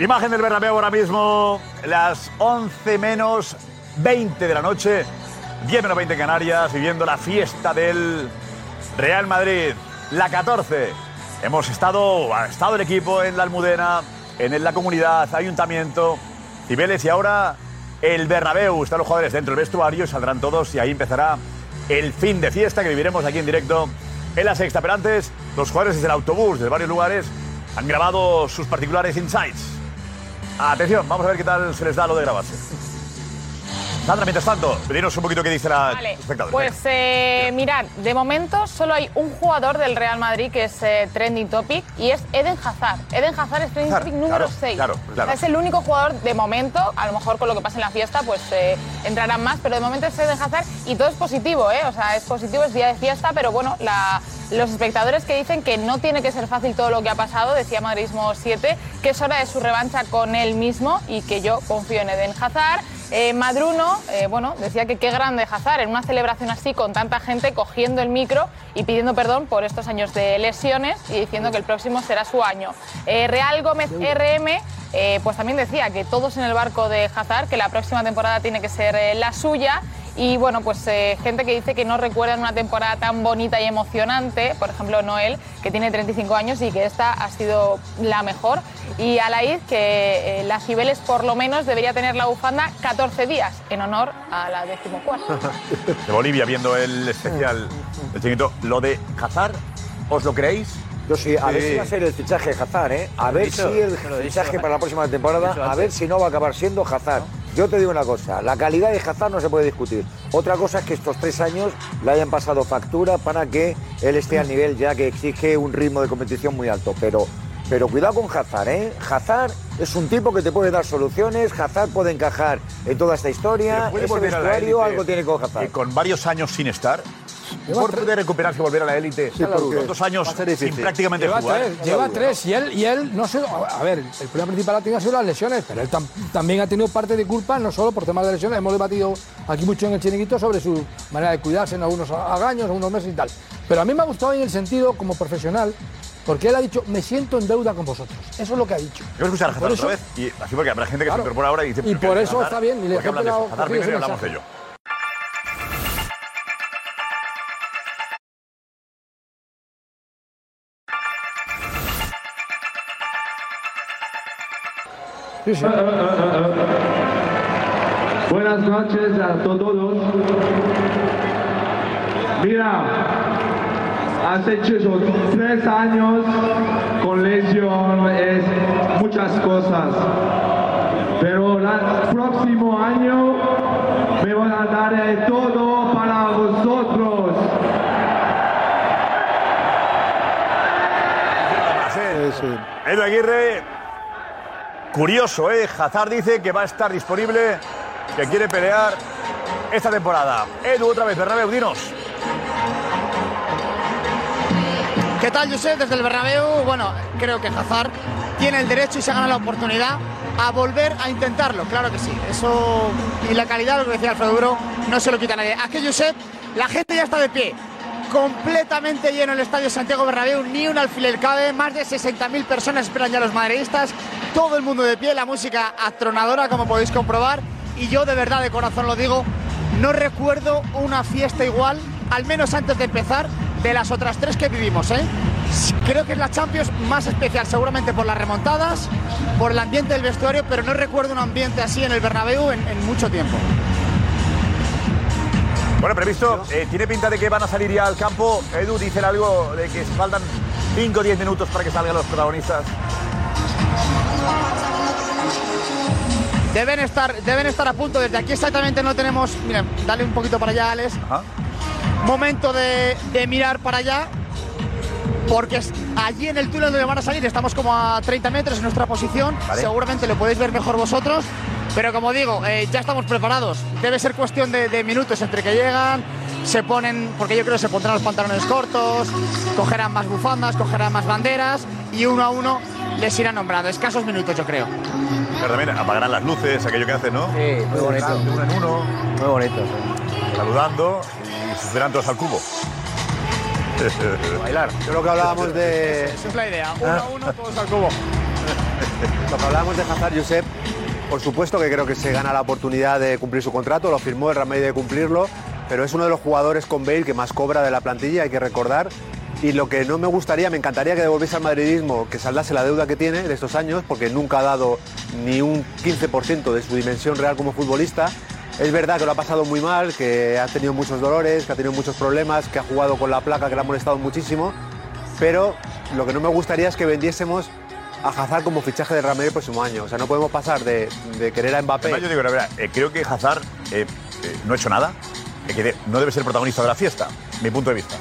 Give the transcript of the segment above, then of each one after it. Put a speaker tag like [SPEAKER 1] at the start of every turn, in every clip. [SPEAKER 1] Imagen del Bernabéu ahora mismo, las 11 menos 20 de la noche, 10 menos 20 en Canarias, viviendo la fiesta del Real Madrid, la 14. Hemos estado, ha estado el equipo en la Almudena, en la comunidad, ayuntamiento, Cibeles y ahora el Bernabéu. Están los jugadores dentro del vestuario, saldrán todos y ahí empezará el fin de fiesta que viviremos aquí en directo en la sexta. Pero antes, los jugadores desde el autobús, de varios lugares, han grabado sus particulares insights. Atención, vamos a ver qué tal se les da lo de grabarse. Sandra, mientras tanto, dinos un poquito qué dice la
[SPEAKER 2] Vale,
[SPEAKER 1] espectadora.
[SPEAKER 2] Pues eh, mirad, de momento solo hay un jugador del Real Madrid que es eh, trending topic y es Eden Hazard. Eden Hazard es trending
[SPEAKER 1] Hazard,
[SPEAKER 2] topic número
[SPEAKER 1] claro,
[SPEAKER 2] 6.
[SPEAKER 1] claro, claro.
[SPEAKER 2] Es el único jugador de momento, a lo mejor con lo que pasa en la fiesta pues eh, entrarán más, pero de momento es Eden Hazard y todo es positivo, ¿eh? O sea, es positivo, es día de fiesta, pero bueno, la- los espectadores que dicen que no tiene que ser fácil todo lo que ha pasado, decía Madridismo 7, que es hora de su revancha con él mismo y que yo confío en Eden Hazard. Eh, Madruno, eh, bueno, decía que qué grande Hazard en una celebración así con tanta gente cogiendo el micro y pidiendo perdón por estos años de lesiones y diciendo que el próximo será su año. Eh, Real Gómez RM, eh, pues también decía que todos en el barco de Hazard, que la próxima temporada tiene que ser eh, la suya. Y bueno, pues eh, gente que dice que no recuerdan una temporada tan bonita y emocionante, por ejemplo Noel, que tiene 35 años y que esta ha sido la mejor, y Alaid, que eh, la Cibeles por lo menos debería tener la bufanda 14 días, en honor a la decimocuarta.
[SPEAKER 1] De Bolivia, viendo el especial del chiquito. Lo de Hazard, ¿os lo creéis?
[SPEAKER 3] Yo sí, a ver si va a ser el fichaje de Hazard, ¿eh? A ver
[SPEAKER 1] Dicho,
[SPEAKER 3] si el
[SPEAKER 1] te lo he
[SPEAKER 3] fichaje
[SPEAKER 1] dicho.
[SPEAKER 3] para la próxima temporada,
[SPEAKER 1] Dicho
[SPEAKER 3] a
[SPEAKER 1] antes.
[SPEAKER 3] ver si no va a acabar siendo Hazard. Yo te digo una cosa, la calidad de Hazard no se puede discutir. Otra cosa es que estos tres años le hayan pasado factura para que él esté al nivel ya que exige un ritmo de competición muy alto. Pero, pero cuidado con Hazard, ¿eh? Hazard es un tipo que te puede dar soluciones, Hazard puede encajar en toda esta historia,
[SPEAKER 1] Pero puede
[SPEAKER 3] ese
[SPEAKER 1] volver a la
[SPEAKER 3] vestuario,
[SPEAKER 1] élite,
[SPEAKER 3] algo tiene con Hazard.
[SPEAKER 1] eh, con varios años sin estar. ¿Por puede recuperarse y volver a la élite?
[SPEAKER 3] Sí, porque
[SPEAKER 1] con dos años
[SPEAKER 3] va a ser
[SPEAKER 1] sin
[SPEAKER 3] difícil.
[SPEAKER 1] prácticamente
[SPEAKER 4] Lleva
[SPEAKER 1] jugar.
[SPEAKER 4] tres, lleva tres y él, y él no sé, a ver, el problema principal ha tenido ha sido las lesiones, pero él tam- también ha tenido parte de culpa, no solo por temas de lesiones, hemos debatido aquí mucho en el chiringuito sobre su manera de cuidarse en algunos agaños, algunos meses y tal. Pero a mí me ha gustado en el sentido como profesional, porque él ha dicho, me siento en deuda con vosotros. Eso es lo que ha dicho.
[SPEAKER 1] Yo voy a escuchar a Hazard
[SPEAKER 4] Por
[SPEAKER 1] otra vez,
[SPEAKER 4] eso-
[SPEAKER 1] y así porque habrá gente que
[SPEAKER 4] Claro.
[SPEAKER 1] se incorpora ahora y dice...
[SPEAKER 4] Y
[SPEAKER 1] "Pero
[SPEAKER 4] por
[SPEAKER 1] ¿qué
[SPEAKER 4] eso
[SPEAKER 1] Hazard?
[SPEAKER 4] está bien, y le
[SPEAKER 1] ¿Por qué
[SPEAKER 4] he
[SPEAKER 1] hablan de
[SPEAKER 4] pegado-
[SPEAKER 1] eso? Hazard
[SPEAKER 4] cogido ese
[SPEAKER 1] primero y hablamos de ello.
[SPEAKER 4] mensaje.
[SPEAKER 5] Buenas noches a todos. Mira, hace hecho tres años con lesión, es muchas cosas. Pero el próximo año me voy a dar el todo para vosotros.
[SPEAKER 1] Edu Aguirre, curioso, ¿eh? Hazard dice que va a estar disponible, que quiere pelear esta temporada. Edu, otra vez, Bernabéu, dinos.
[SPEAKER 6] ¿Qué tal, Josep? Desde el Bernabéu, bueno, creo que Hazard tiene el derecho y se gana la oportunidad a volver a intentarlo, claro que sí. Eso y la calidad, lo que decía Alfredo Duro, no se lo quita nadie. Aquí, Josep, la gente ya está de pie. Completamente lleno el estadio Santiago Bernabéu, ni un alfiler cabe, más de 60.000 personas esperan ya a los madridistas, todo el mundo de pie, la música atronadora, como podéis comprobar, y yo de verdad, de corazón lo digo, no recuerdo una fiesta igual, al menos antes de empezar, de las otras tres que vivimos. ¿eh? Creo que es la Champions más especial, seguramente por las remontadas, por el ambiente del vestuario, pero no recuerdo un ambiente así en el Bernabéu en, en mucho tiempo.
[SPEAKER 1] Bueno, previsto, eh, tiene pinta de que van a salir ya al campo. Edu, dicen algo de que faltan 5 o 10 minutos para que salgan los protagonistas.
[SPEAKER 6] Deben estar, deben estar a punto. Desde aquí exactamente no tenemos. Mira, dale un poquito para allá, Alex. Momento de, de mirar para allá. Porque es allí en el túnel donde van a salir. Estamos como a 30 metros en nuestra posición.
[SPEAKER 1] Vale.
[SPEAKER 6] Seguramente lo podéis ver mejor vosotros. Pero como digo, eh, ya estamos preparados. Debe ser cuestión de, de minutos entre que llegan. Se ponen, porque yo creo que se pondrán los pantalones cortos, cogerán más bufandas, cogerán más banderas y uno a uno les irán nombrando. Escasos minutos, yo creo.
[SPEAKER 1] Pero también apagarán las luces, aquello que hacen, ¿no? Sí,
[SPEAKER 6] muy bonito.
[SPEAKER 1] De uno en uno. Muy bonito, Saludando y subirán todos al cubo.
[SPEAKER 7] Bailar. Yo lo que hablábamos de. Ah.
[SPEAKER 6] Esa es la idea. Uno a uno, todos al cubo.
[SPEAKER 7] Lo que hablábamos de Hazard, Josep, por supuesto que creo que se gana la oportunidad de cumplir su contrato, lo firmó el Real Madrid de cumplirlo, pero es uno de los jugadores con Bale que más cobra de la plantilla, hay que recordar. Y lo que no me gustaría, me encantaría que devolviese al madridismo, que saldase la deuda que tiene de estos años, porque nunca ha dado ni un 15% de su dimensión real como futbolista. Es verdad que lo ha pasado muy mal, que ha tenido muchos dolores, que ha tenido muchos problemas, que ha jugado con la placa, que le ha molestado muchísimo, pero lo que no me gustaría es que vendiésemos a Hazard como fichaje de Real Madrid el próximo año. O sea, no podemos pasar de, de querer a Mbappé.
[SPEAKER 1] Además, yo digo, la verdad, eh, creo que Hazard eh, eh, no ha hecho nada, eh, que de- no debe ser protagonista de la fiesta, mi punto de vista.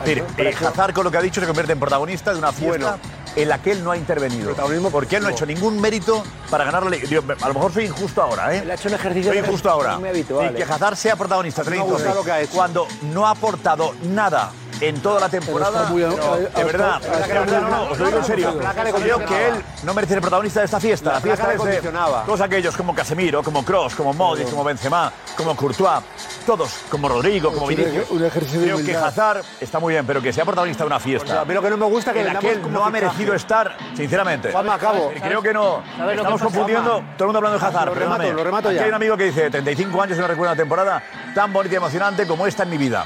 [SPEAKER 1] Es decir, eh, Hazard con lo que ha dicho se convierte en protagonista de una fiesta en la que él no ha intervenido. Porque él no ha hecho ningún mérito para ganar la liga. Digo, A lo mejor soy injusto ahora, ¿eh?
[SPEAKER 8] Él ha hecho un ejercicio
[SPEAKER 1] soy
[SPEAKER 8] de
[SPEAKER 1] injusto
[SPEAKER 8] reflexión
[SPEAKER 1] ahora.
[SPEAKER 8] muy habitual,
[SPEAKER 1] y que
[SPEAKER 8] ¿eh?
[SPEAKER 1] Hazard sea protagonista, te lo
[SPEAKER 8] No me
[SPEAKER 1] digo,
[SPEAKER 8] ha gustado lo que ha hecho.
[SPEAKER 1] cuando no ha aportado nada en toda la temporada.
[SPEAKER 8] muy-
[SPEAKER 1] pero,
[SPEAKER 8] ha- ha
[SPEAKER 1] de
[SPEAKER 8] estado-
[SPEAKER 1] verdad,
[SPEAKER 8] ha
[SPEAKER 1] de verdad, no, no, os lo digo en serio.
[SPEAKER 7] La placa le
[SPEAKER 1] Creo que
[SPEAKER 7] condicionaba.
[SPEAKER 1] él no merece ser protagonista de esta fiesta.
[SPEAKER 7] La
[SPEAKER 1] La fiesta
[SPEAKER 7] placa le
[SPEAKER 1] es de
[SPEAKER 7] condicionaba.
[SPEAKER 1] Todos aquellos como Casemiro, como Cross, como Modric, como Benzema, como Courtois, todos, como Rodrigo, como
[SPEAKER 7] Un ej-
[SPEAKER 1] Vinicius.
[SPEAKER 7] un ejercicio de
[SPEAKER 1] Creo que
[SPEAKER 7] humildad.
[SPEAKER 1] Hazard está muy bien, pero que sea protagonista de una fiesta.
[SPEAKER 7] O sea, a mí lo que no me gusta es que
[SPEAKER 1] en la que
[SPEAKER 7] vendamos
[SPEAKER 1] él
[SPEAKER 7] como
[SPEAKER 1] no ha
[SPEAKER 7] fichaje.
[SPEAKER 1] merecido estar, sinceramente.
[SPEAKER 7] Juanma, acabo.
[SPEAKER 1] Y Creo que no.
[SPEAKER 7] ¿Sabes lo que
[SPEAKER 1] Estamos
[SPEAKER 7] pasa,
[SPEAKER 1] confundiendo,
[SPEAKER 7] Juanma?
[SPEAKER 1] todo el mundo hablando de Hazard.
[SPEAKER 7] Lo remato,
[SPEAKER 1] perdóname.
[SPEAKER 7] lo remato
[SPEAKER 1] Aquí
[SPEAKER 7] ya.
[SPEAKER 1] hay un amigo que dice, 35 años y no recuerdo una temporada tan bonita y emocionante como esta en mi vida.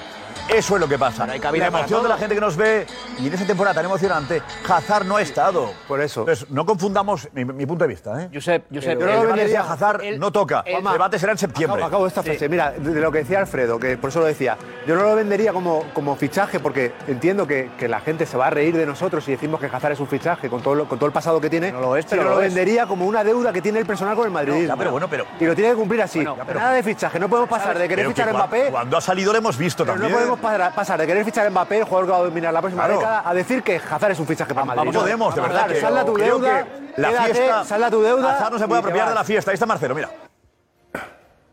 [SPEAKER 1] Eso es lo que pasa. La
[SPEAKER 7] cabida para
[SPEAKER 1] emoción de la gente que nos ve y en esa temporada tan emocionante, Hazard no ha estado. Por eso. Entonces, no confundamos mi, mi punto de vista. ¿eh?
[SPEAKER 8] Josep, Josep,
[SPEAKER 1] Yo no
[SPEAKER 8] el-
[SPEAKER 1] lo vendería a Hazard, no toca.
[SPEAKER 8] el-
[SPEAKER 1] El debate será en septiembre.
[SPEAKER 7] Acabo, acabo esta frase. Mira, de de lo que decía Alfredo, que por eso lo decía, yo no lo vendería como, como fichaje porque entiendo que, que la gente se va a reír de nosotros si decimos que Hazard es un fichaje con todo, lo- con todo el pasado que tiene. No lo es,
[SPEAKER 1] pero
[SPEAKER 7] lo,
[SPEAKER 1] lo es.
[SPEAKER 7] vendería como una deuda que tiene el personal con el madridismo.
[SPEAKER 1] ya, pero bueno, pero-
[SPEAKER 7] Y lo tiene que cumplir así.
[SPEAKER 1] Bueno, ya, pero-
[SPEAKER 7] Nada de fichaje. No podemos pasar de querer
[SPEAKER 1] Pero
[SPEAKER 7] fichar
[SPEAKER 1] que
[SPEAKER 7] a
[SPEAKER 1] cua-
[SPEAKER 7] Mbappé.
[SPEAKER 1] Cuando ha salido lo hemos visto
[SPEAKER 7] pero no
[SPEAKER 1] también.
[SPEAKER 7] podemos pasar, pasar de querer fichar a Mbappé, el jugador que va a dominar la próxima
[SPEAKER 1] Claro.
[SPEAKER 7] década, a decir que Hazard es un fichaje para Madrid.
[SPEAKER 1] No podemos, de
[SPEAKER 7] Hazard,
[SPEAKER 1] verdad. que-
[SPEAKER 7] salda tu
[SPEAKER 1] creo
[SPEAKER 7] deuda,
[SPEAKER 1] que la
[SPEAKER 7] quédate,
[SPEAKER 1] fiesta.
[SPEAKER 7] salda tu deuda.
[SPEAKER 1] Hazard no se
[SPEAKER 7] y
[SPEAKER 1] puede
[SPEAKER 7] te
[SPEAKER 1] apropiar de
[SPEAKER 7] vas.
[SPEAKER 1] la fiesta. Ahí está Marcelo, mira.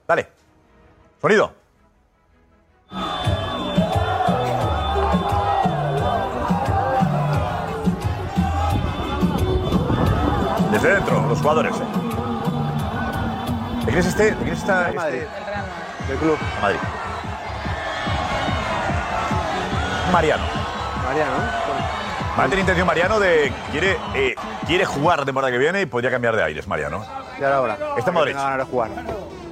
[SPEAKER 1] Dale. Sonido. Desde dentro, los jugadores. ¿eh? ¿De quién es este? ¿De quién está este?
[SPEAKER 7] Madrid.
[SPEAKER 1] Del club. Madrid. Mariano. ¿eh?
[SPEAKER 7] Mariano.
[SPEAKER 1] Va a tener intención Mariano de. Quiere, eh, quiere jugar la temporada que viene y podría cambiar de aires, Mariano.
[SPEAKER 7] Ya era hora.
[SPEAKER 1] Está
[SPEAKER 7] Que
[SPEAKER 1] Modric.
[SPEAKER 7] tenga ganas de jugar.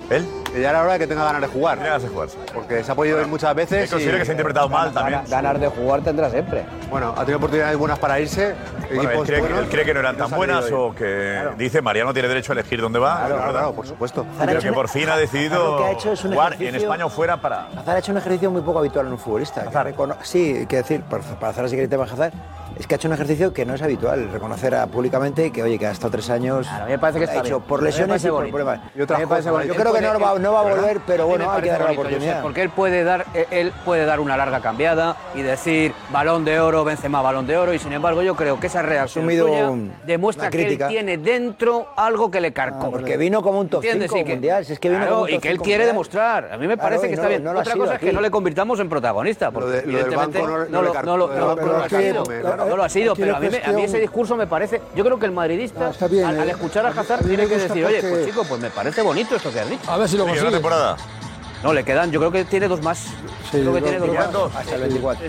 [SPEAKER 1] Él
[SPEAKER 7] Que ya era hora de que tenga ganas de jugar.
[SPEAKER 1] tiene ganas de jugarse.
[SPEAKER 7] Porque se ha podido ir muchas veces.
[SPEAKER 1] Yo considero
[SPEAKER 7] y-
[SPEAKER 1] que se ha interpretado mal también.
[SPEAKER 8] ganar, ganar de jugar tendrá siempre.
[SPEAKER 7] Bueno, ha tenido oportunidades buenas para irse.
[SPEAKER 1] Bueno, él,
[SPEAKER 7] equipos
[SPEAKER 1] cree,
[SPEAKER 7] buenos,
[SPEAKER 1] él cree que no eran
[SPEAKER 7] y ha
[SPEAKER 1] tan buenas
[SPEAKER 7] salido
[SPEAKER 1] o que dice Mariano tiene derecho a elegir dónde va.
[SPEAKER 7] Claro,
[SPEAKER 1] la
[SPEAKER 7] claro,
[SPEAKER 1] verdad.
[SPEAKER 7] claro, por supuesto.
[SPEAKER 1] Pero que por fin ha
[SPEAKER 8] Lo
[SPEAKER 1] decidido
[SPEAKER 8] que ha hecho es un
[SPEAKER 1] jugar en
[SPEAKER 8] ejercicio-
[SPEAKER 1] España o fuera para.
[SPEAKER 8] Hazard ha hecho un ejercicio muy poco habitual en un futbolista. que
[SPEAKER 1] Hazard.
[SPEAKER 8] recono- sí, quiero decir, para, para hacer la siguiente tema de Hazard, es que ha hecho un ejercicio que no es habitual, reconocer a- públicamente que, oye, que ha estado tres años.
[SPEAKER 9] Claro, a mí me parece que
[SPEAKER 8] ha
[SPEAKER 9] está
[SPEAKER 8] hecho
[SPEAKER 9] bien.
[SPEAKER 8] por
[SPEAKER 9] A mí me
[SPEAKER 8] lesiones
[SPEAKER 9] parece
[SPEAKER 8] y por
[SPEAKER 9] bonito.
[SPEAKER 8] problemas.
[SPEAKER 7] Y otras
[SPEAKER 8] A mí me parece
[SPEAKER 7] cosas.
[SPEAKER 8] bonito. Yo creo que no va, no va a volver, pero bueno, hay que
[SPEAKER 9] bonito,
[SPEAKER 8] darle la
[SPEAKER 9] Josep,
[SPEAKER 8] oportunidad.
[SPEAKER 9] porque él puede dar, eh, él puede dar una larga cambiada y decir balón de oro, Benzema, balón de oro, y sin embargo yo creo que esa reacción
[SPEAKER 8] Asumido
[SPEAKER 9] suya
[SPEAKER 8] un-
[SPEAKER 9] demuestra
[SPEAKER 8] una
[SPEAKER 9] que él
[SPEAKER 8] crítica.
[SPEAKER 9] tiene dentro algo que le carcó.
[SPEAKER 8] Porque vino como un top
[SPEAKER 9] ¿Entiendes?
[SPEAKER 8] 5
[SPEAKER 9] Y que-
[SPEAKER 8] mundial. si es que vino
[SPEAKER 9] Claro,
[SPEAKER 8] como un
[SPEAKER 9] y
[SPEAKER 8] top
[SPEAKER 9] que él
[SPEAKER 8] 5
[SPEAKER 9] quiere
[SPEAKER 8] mundial.
[SPEAKER 9] demostrar. A mí me
[SPEAKER 8] Claro,
[SPEAKER 9] parece
[SPEAKER 8] y
[SPEAKER 9] que
[SPEAKER 8] no-
[SPEAKER 9] está bien.
[SPEAKER 8] no lo ha
[SPEAKER 9] Otra
[SPEAKER 8] sido
[SPEAKER 9] cosa es que
[SPEAKER 8] aquí.
[SPEAKER 9] no le convirtamos en protagonista.
[SPEAKER 7] Lo
[SPEAKER 9] Porque
[SPEAKER 7] de- lo del
[SPEAKER 9] evidentemente
[SPEAKER 7] banco no- no
[SPEAKER 9] no
[SPEAKER 7] le
[SPEAKER 9] lo-
[SPEAKER 7] car-
[SPEAKER 9] no lo-
[SPEAKER 7] lo del
[SPEAKER 9] no lo-
[SPEAKER 7] banco
[SPEAKER 9] no
[SPEAKER 7] no
[SPEAKER 9] lo ha
[SPEAKER 7] le carcó,
[SPEAKER 9] sido.
[SPEAKER 7] me-
[SPEAKER 9] No- no lo ha sido,
[SPEAKER 10] Aquí
[SPEAKER 9] pero
[SPEAKER 10] la
[SPEAKER 9] a mí, me- a mí
[SPEAKER 10] cuestión-
[SPEAKER 9] ese discurso me parece. Yo creo que el
[SPEAKER 10] No,
[SPEAKER 9] madridista,
[SPEAKER 10] está bien,
[SPEAKER 9] al, al
[SPEAKER 10] eh.
[SPEAKER 9] escuchar a
[SPEAKER 10] A mí-
[SPEAKER 9] Hazard,
[SPEAKER 10] a mí me
[SPEAKER 9] tiene que
[SPEAKER 10] gusta
[SPEAKER 9] decir, oye,
[SPEAKER 10] porque-
[SPEAKER 9] pues chico, pues me parece bonito esto que has dicho.
[SPEAKER 4] A ver si lo
[SPEAKER 1] Sí, que es una
[SPEAKER 4] consigue.
[SPEAKER 1] temporada.
[SPEAKER 9] No, le quedan, yo creo que tiene dos más.
[SPEAKER 10] Sí,
[SPEAKER 9] creo que
[SPEAKER 10] dos-
[SPEAKER 9] tiene dos
[SPEAKER 10] dos
[SPEAKER 9] más.
[SPEAKER 10] más.
[SPEAKER 1] Dos.
[SPEAKER 8] Hasta el 24.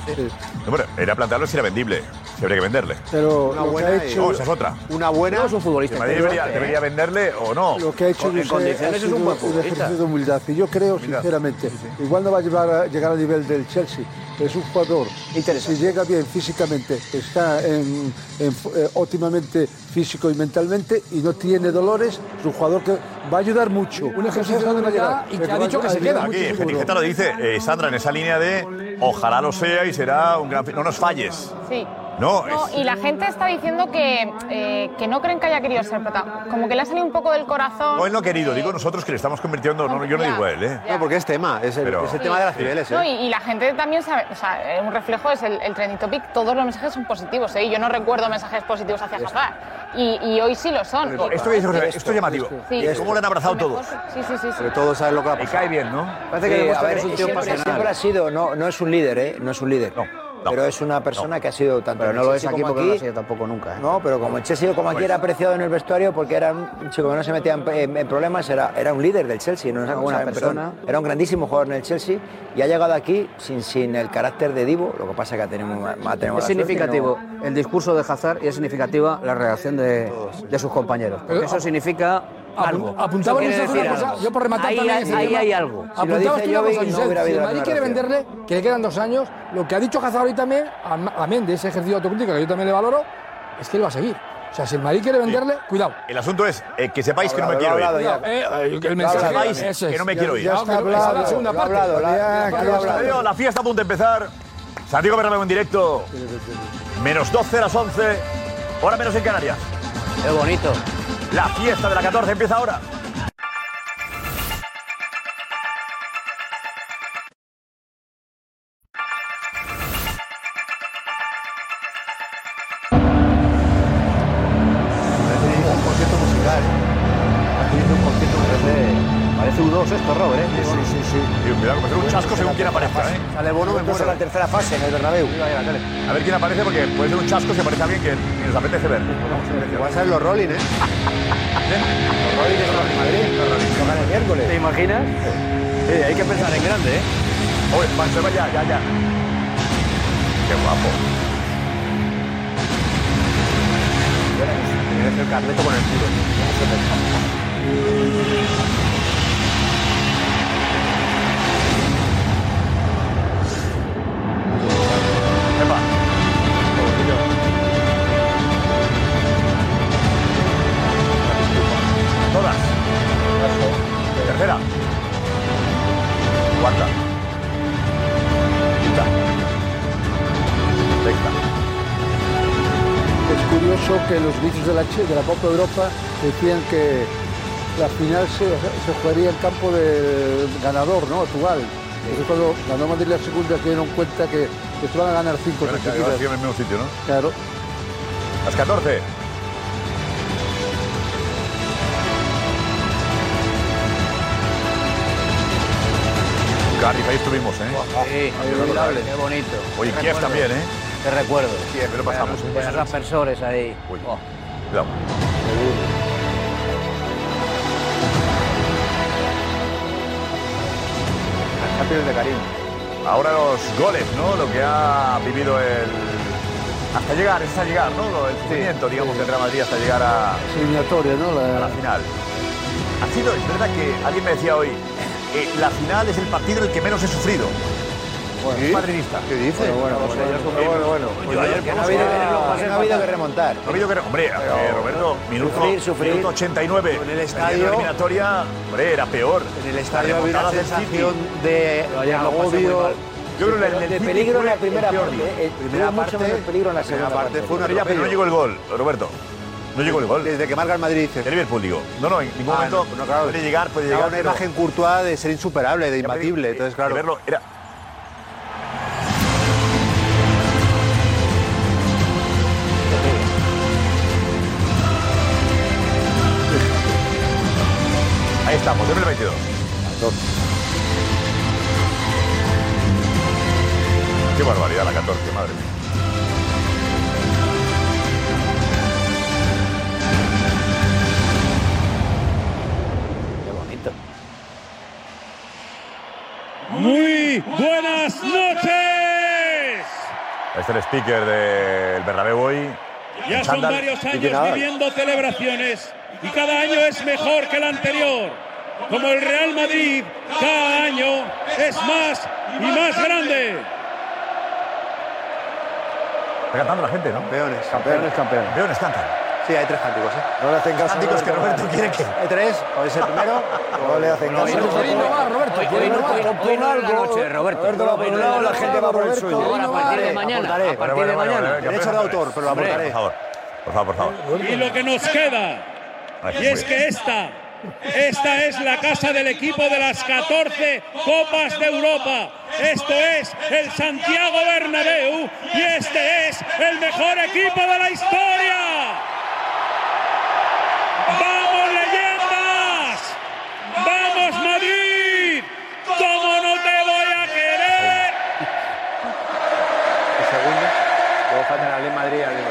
[SPEAKER 1] No, bueno, era plantearlo si era vendible. Si habría que venderle.
[SPEAKER 10] Pero
[SPEAKER 7] Una
[SPEAKER 10] lo que,
[SPEAKER 7] buena
[SPEAKER 10] ha
[SPEAKER 7] y-
[SPEAKER 10] hecho,
[SPEAKER 1] No, esa es otra.
[SPEAKER 7] Una buena.
[SPEAKER 9] No es un futbolista.
[SPEAKER 1] Madrid debería, debería venderle o no.
[SPEAKER 10] lo que ha hecho
[SPEAKER 9] eh, En
[SPEAKER 10] José
[SPEAKER 9] condiciones
[SPEAKER 10] ha
[SPEAKER 9] es un buen
[SPEAKER 10] sido un
[SPEAKER 9] futbolista.
[SPEAKER 10] ejercicio de humildad. Y yo creo, sinceramente, igual no va a llevar a- llegar al nivel del Chelsea, es un jugador
[SPEAKER 8] Interesante.
[SPEAKER 10] si llega bien físicamente, está en- en fo- eh, óptimamente físico y mentalmente y no tiene dolores, es un jugador que va a ayudar mucho.
[SPEAKER 4] Un ejercicio
[SPEAKER 10] Eso no
[SPEAKER 4] de
[SPEAKER 10] va a
[SPEAKER 4] verdad
[SPEAKER 10] llegar,
[SPEAKER 4] y que
[SPEAKER 10] pero
[SPEAKER 4] ha
[SPEAKER 10] va
[SPEAKER 4] dicho que se
[SPEAKER 10] a
[SPEAKER 4] queda.
[SPEAKER 10] ayudar
[SPEAKER 1] Aquí,
[SPEAKER 10] mucho, seguro.
[SPEAKER 1] Genijeta lo dice, eh, Sandra, en esa línea de ojalá lo sea y será un gran... fi- No nos falles.
[SPEAKER 2] Sí.
[SPEAKER 1] No,
[SPEAKER 2] No,
[SPEAKER 1] es-
[SPEAKER 2] y la gente está diciendo que, eh, que no creen que haya querido ser prota. Como que le ha salido un poco del corazón.
[SPEAKER 1] No, él no ha querido, digo nosotros que le estamos convirtiendo, no, yo no digo él, ¿eh?
[SPEAKER 7] No, porque es tema, es el,
[SPEAKER 1] Pero-
[SPEAKER 7] es el tema de las
[SPEAKER 1] ¿eh?
[SPEAKER 7] niveles.
[SPEAKER 2] No, y, y la gente también sabe, o sea, eh, un reflejo es el, el trending topic, todos los mensajes son positivos, ¿eh? Y Yo no recuerdo mensajes positivos hacia Hazard. Y, y hoy sí lo son. Y-
[SPEAKER 1] Esto que dice José, esto es llamativo.
[SPEAKER 2] Sí.
[SPEAKER 1] ¿Cómo le han abrazado
[SPEAKER 2] Lo
[SPEAKER 1] todos?
[SPEAKER 2] mejor- Sí, sí, sí. sí.
[SPEAKER 7] Pero todos saben lo que va a
[SPEAKER 1] Me
[SPEAKER 7] pasar.
[SPEAKER 1] cae bien, ¿no?
[SPEAKER 8] Sí,
[SPEAKER 7] que
[SPEAKER 8] a
[SPEAKER 7] demuestra
[SPEAKER 8] ver,
[SPEAKER 7] que es un tío
[SPEAKER 8] siempre,
[SPEAKER 7] pasional.
[SPEAKER 8] siempre ha sido, no, no es un líder, ¿eh? No es un líder.
[SPEAKER 1] no,
[SPEAKER 8] pero es una persona que ha sido tanto
[SPEAKER 11] Pero
[SPEAKER 8] en
[SPEAKER 11] no lo es
[SPEAKER 8] Chelsea
[SPEAKER 11] aquí
[SPEAKER 8] como
[SPEAKER 11] porque no ha sido Pues. tampoco nunca. ¿eh?
[SPEAKER 8] No, pero como en Chelsea, como aquí era apreciado en el vestuario porque era un chico que no se metía en, en- en problemas, era, era un líder del Chelsea, no es una
[SPEAKER 11] buena
[SPEAKER 8] persona.
[SPEAKER 11] persona.
[SPEAKER 8] Era un grandísimo jugador en el Chelsea y ha llegado aquí sin, sin el carácter de divo, lo que pasa es que ha tenido, muy ma- ha tenido mala
[SPEAKER 11] Es
[SPEAKER 8] suerte,
[SPEAKER 11] significativo
[SPEAKER 8] ¿no?
[SPEAKER 11] el discurso de Hazard y es significativa la reacción de, de sus compañeros. Porque eso significa algo.
[SPEAKER 4] Apuntaba
[SPEAKER 11] Eso
[SPEAKER 4] en
[SPEAKER 11] quiere
[SPEAKER 4] una
[SPEAKER 11] decir
[SPEAKER 4] cosa,
[SPEAKER 11] algo.
[SPEAKER 4] yo por rematar
[SPEAKER 11] ahí,
[SPEAKER 4] también
[SPEAKER 11] hay-
[SPEAKER 4] ese
[SPEAKER 11] ahí
[SPEAKER 4] tema,
[SPEAKER 11] hay algo.
[SPEAKER 8] Si lo
[SPEAKER 4] Apuntabas
[SPEAKER 8] dice
[SPEAKER 4] tú una
[SPEAKER 8] Jovi,
[SPEAKER 4] cosa,
[SPEAKER 8] no
[SPEAKER 4] Josep, si
[SPEAKER 8] hubiera habido
[SPEAKER 4] el
[SPEAKER 8] la
[SPEAKER 4] Madrid quiere
[SPEAKER 8] primera
[SPEAKER 4] venderle, que le quedan dos años, lo que ha dicho Hazard hoy también, am- amén de ese ejercicio de autocrítica que yo también le valoro, es que él va a seguir. O sea, si el Madrid quiere venderle, cuidado.
[SPEAKER 1] El asunto es eh, que sepáis que no me
[SPEAKER 8] Hablado,
[SPEAKER 1] quiero ir.
[SPEAKER 8] hablado
[SPEAKER 4] Cuidado,
[SPEAKER 8] ya.
[SPEAKER 4] eh, eh, el
[SPEAKER 8] hablado,
[SPEAKER 4] mensaje
[SPEAKER 1] Sabéis
[SPEAKER 4] ese es.
[SPEAKER 1] que no me quiero ir.
[SPEAKER 4] Ya
[SPEAKER 10] Ya
[SPEAKER 4] está
[SPEAKER 10] está
[SPEAKER 4] hablado, la
[SPEAKER 10] hablado,
[SPEAKER 4] segunda
[SPEAKER 10] ya
[SPEAKER 4] parte.
[SPEAKER 10] hablado, la-
[SPEAKER 4] La-
[SPEAKER 10] ya
[SPEAKER 4] la-
[SPEAKER 10] hablado.
[SPEAKER 1] Adiós, la fiesta a punto de empezar. Santiago Bernabéu en directo. Menos 12 a las 11. Hora menos en Canarias.
[SPEAKER 9] Es bonito.
[SPEAKER 1] La fiesta de la 14 empieza ahora.
[SPEAKER 7] Parece un concierto musical. Parece un concierto
[SPEAKER 9] Parece, parece U2 esto, Robert. ¿eh?
[SPEAKER 7] Sí, sí, sí.
[SPEAKER 1] Tío, cuidado, que me hacer un chasco según quién aparezca, ¿eh?
[SPEAKER 7] Sale Bono, me
[SPEAKER 8] Entonces,
[SPEAKER 7] muero.
[SPEAKER 8] en la tercera fase en el Bernabéu.
[SPEAKER 1] A ver quién aparece, porque puede ser un chasco si aparece alguien que, que nos apetece ver.
[SPEAKER 7] Igual salen los Rolling, ¿eh?
[SPEAKER 1] Los Rolling Stones en Madrid, los Rolling Stones.
[SPEAKER 8] Tocan el miércoles.
[SPEAKER 9] ¿Te imaginas? Sí, hay que pensar en grande, ¿eh?
[SPEAKER 1] Oye, Pancho, ya, ya, ya. Qué guapo.
[SPEAKER 7] Tienes el carleto con el tiro.
[SPEAKER 1] Epa. Todas. Tercera. Cuarta. Quinta. Sexta.
[SPEAKER 10] Es curioso que los vicios de la, Che- de la Copa Europa decían que la final se, se jugaría en campo del ganador, ¿no? Portugal. Entonces cuando ganó Madrid la segunda se dieron cuenta que, que se van a ganar
[SPEAKER 9] Pues
[SPEAKER 10] cinco
[SPEAKER 1] Bueno, que ahora
[SPEAKER 10] consecutivas.
[SPEAKER 1] sí en el mismo sitio, ¿no?
[SPEAKER 10] Claro.
[SPEAKER 1] Las 14. Cardiff, ahí estuvimos, ¿eh?
[SPEAKER 9] Sí,
[SPEAKER 1] olvidable.
[SPEAKER 9] qué bonito.
[SPEAKER 1] ¿eh? Oye,
[SPEAKER 9] Qué
[SPEAKER 1] Kiev
[SPEAKER 9] recuerdo,
[SPEAKER 1] también, ¿eh?
[SPEAKER 9] Te recuerdo.
[SPEAKER 1] Kiev, lo pasamos, ¿eh?
[SPEAKER 9] Con esos aspersores ahí.
[SPEAKER 1] Uy.
[SPEAKER 9] Oh.
[SPEAKER 1] Cuidado.
[SPEAKER 7] Champions de Karim.
[SPEAKER 1] Ahora los goles, ¿no? Lo que ha vivido el. Hasta llegar, es hasta llegar, ¿no? Lo- El sufrimiento, digamos, del Real Madrid hasta llegar a,
[SPEAKER 10] Es eliminatoria, ¿no?
[SPEAKER 1] a
[SPEAKER 10] La-
[SPEAKER 1] la final. Ha sido, es verdad que alguien me decía hoy, eh, la final es el partido en el que menos he sufrido.
[SPEAKER 7] Bueno,
[SPEAKER 1] Es madridista.
[SPEAKER 7] ¿Qué dice?
[SPEAKER 8] Bueno, bueno, bueno, bueno, bueno.
[SPEAKER 1] Yo ayer
[SPEAKER 8] Que no ha
[SPEAKER 1] como-
[SPEAKER 8] habido-
[SPEAKER 1] Ah,
[SPEAKER 8] que no ha habido que remontar.
[SPEAKER 1] No ha habido que- Hombre, eh, Roberto, minuto,
[SPEAKER 8] sufrir, sufrir.
[SPEAKER 1] minuto 89.
[SPEAKER 7] En el
[SPEAKER 1] Perdiendo
[SPEAKER 7] estadio-
[SPEAKER 1] La eliminatoria, hombre, era peor.
[SPEAKER 7] En el
[SPEAKER 1] La
[SPEAKER 7] estadio había una
[SPEAKER 1] remontada del City.
[SPEAKER 7] sensación de agobio.
[SPEAKER 1] Yo creo que la del
[SPEAKER 8] De
[SPEAKER 1] City
[SPEAKER 8] peligro en
[SPEAKER 1] fue
[SPEAKER 8] la
[SPEAKER 1] el
[SPEAKER 8] primera
[SPEAKER 1] peor
[SPEAKER 8] parte.
[SPEAKER 1] día.
[SPEAKER 8] eh, eh,
[SPEAKER 7] Primera
[SPEAKER 8] tuvo mucho
[SPEAKER 7] parte-
[SPEAKER 8] menos peligro en la segunda
[SPEAKER 7] primera parte
[SPEAKER 8] parte.
[SPEAKER 7] fue una
[SPEAKER 1] Pero ya, pero no
[SPEAKER 7] atropello.
[SPEAKER 1] llegó el gol, Roberto. No llegó el gol. De
[SPEAKER 7] Desde que marca el Madrid dice.
[SPEAKER 1] Liverpool, digo. No, no, en ningún
[SPEAKER 7] Ah,
[SPEAKER 1] momento
[SPEAKER 7] no, no, claro.
[SPEAKER 1] puede llegar, puede
[SPEAKER 7] Era
[SPEAKER 1] llegar.
[SPEAKER 7] una
[SPEAKER 1] pero-
[SPEAKER 7] imagen courtois de ser insuperable, de
[SPEAKER 1] Ya, pero,
[SPEAKER 7] imbatible.
[SPEAKER 1] eh,
[SPEAKER 7] Entonces,
[SPEAKER 1] de
[SPEAKER 7] claro.
[SPEAKER 1] verlo, era- Ahí estamos, 2022. Qué barbaridad la 14, madre mía.
[SPEAKER 9] Qué bonito.
[SPEAKER 12] Muy buenas noches.
[SPEAKER 1] Ahí está el speaker del Bernabéu hoy.
[SPEAKER 12] Ya
[SPEAKER 1] en
[SPEAKER 12] son
[SPEAKER 1] chándal.
[SPEAKER 12] varios
[SPEAKER 1] Y que
[SPEAKER 12] años
[SPEAKER 1] nada,
[SPEAKER 12] viviendo celebraciones y cada año es mejor que el anterior. Como el Real Madrid, cada año es más y más grande.
[SPEAKER 1] Está cantando la gente, ¿no?
[SPEAKER 7] Campeones.
[SPEAKER 1] Campeones,
[SPEAKER 7] campeones.
[SPEAKER 1] Campeones cantan.
[SPEAKER 7] Sí, hay tres cánticos, ¿eh?
[SPEAKER 3] No le hacen caso.
[SPEAKER 1] Cánticos que Roberto quiere que...
[SPEAKER 7] Hay tres, o es el primero.
[SPEAKER 3] No le hacen caso.
[SPEAKER 9] Hoy, hoy no, hoy, hoy no es la noche, Roberto. Hoy no es
[SPEAKER 3] la gente va por el suyo.
[SPEAKER 9] Ahora, a partir
[SPEAKER 11] eh.
[SPEAKER 9] de mañana, a partir de mañana.
[SPEAKER 7] Derecho de autor, pero lo
[SPEAKER 1] Hombre,
[SPEAKER 7] aportaré.
[SPEAKER 1] Por favor, por favor, por favor.
[SPEAKER 12] Y lo que nos queda. Y es que esta, esta es la casa del equipo de las 14 Copas de Europa. Esto es el Santiago Bernabéu y este es el mejor equipo de la historia. ¡Vamos leyendas! ¡Vamos Madrid! ¡Cómo no te voy a querer!
[SPEAKER 7] Y segundo, luego faltan al Madrid y al Madrid.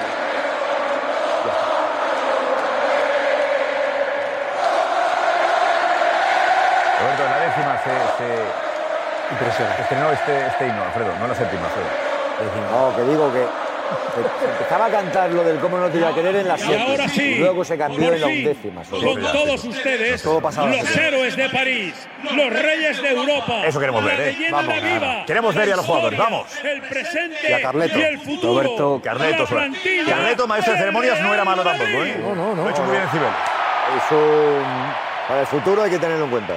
[SPEAKER 1] Roberto, en la décima se... se... Impresiona. Estrenó este, este himno, Alfredo, no en la séptima, Alfredo.
[SPEAKER 3] No, que digo que que se empezaba a cantar lo del cómo no te iba a querer en las
[SPEAKER 12] Y
[SPEAKER 3] siete.
[SPEAKER 12] ahora sí,
[SPEAKER 3] y luego se cambió
[SPEAKER 12] por
[SPEAKER 3] en las
[SPEAKER 12] fin,
[SPEAKER 3] décimas.
[SPEAKER 12] Con todos ustedes,
[SPEAKER 3] Todo pasaba
[SPEAKER 12] los
[SPEAKER 3] así.
[SPEAKER 12] héroes de París, los reyes de Europa.
[SPEAKER 1] Eso queremos ver,
[SPEAKER 12] la
[SPEAKER 1] ¿eh?
[SPEAKER 12] leyenda
[SPEAKER 1] Vamos.
[SPEAKER 12] viva,
[SPEAKER 1] Queremos ver
[SPEAKER 12] la
[SPEAKER 1] ya a los jugadores,
[SPEAKER 12] historia,
[SPEAKER 1] vamos.
[SPEAKER 12] El presente
[SPEAKER 1] Y a Carleto.
[SPEAKER 12] y el futuro.
[SPEAKER 1] Roberto,
[SPEAKER 12] la
[SPEAKER 1] Carleto, suena.
[SPEAKER 12] plantilla
[SPEAKER 1] Carleto, maestro de
[SPEAKER 12] del
[SPEAKER 1] ceremonias, no era malo
[SPEAKER 12] Real
[SPEAKER 1] tampoco, ¿eh?
[SPEAKER 12] Madrid.
[SPEAKER 1] No, no, no. Lo ha hecho muy bien en Cibel.
[SPEAKER 3] Es un- Para el futuro hay que tenerlo en cuenta.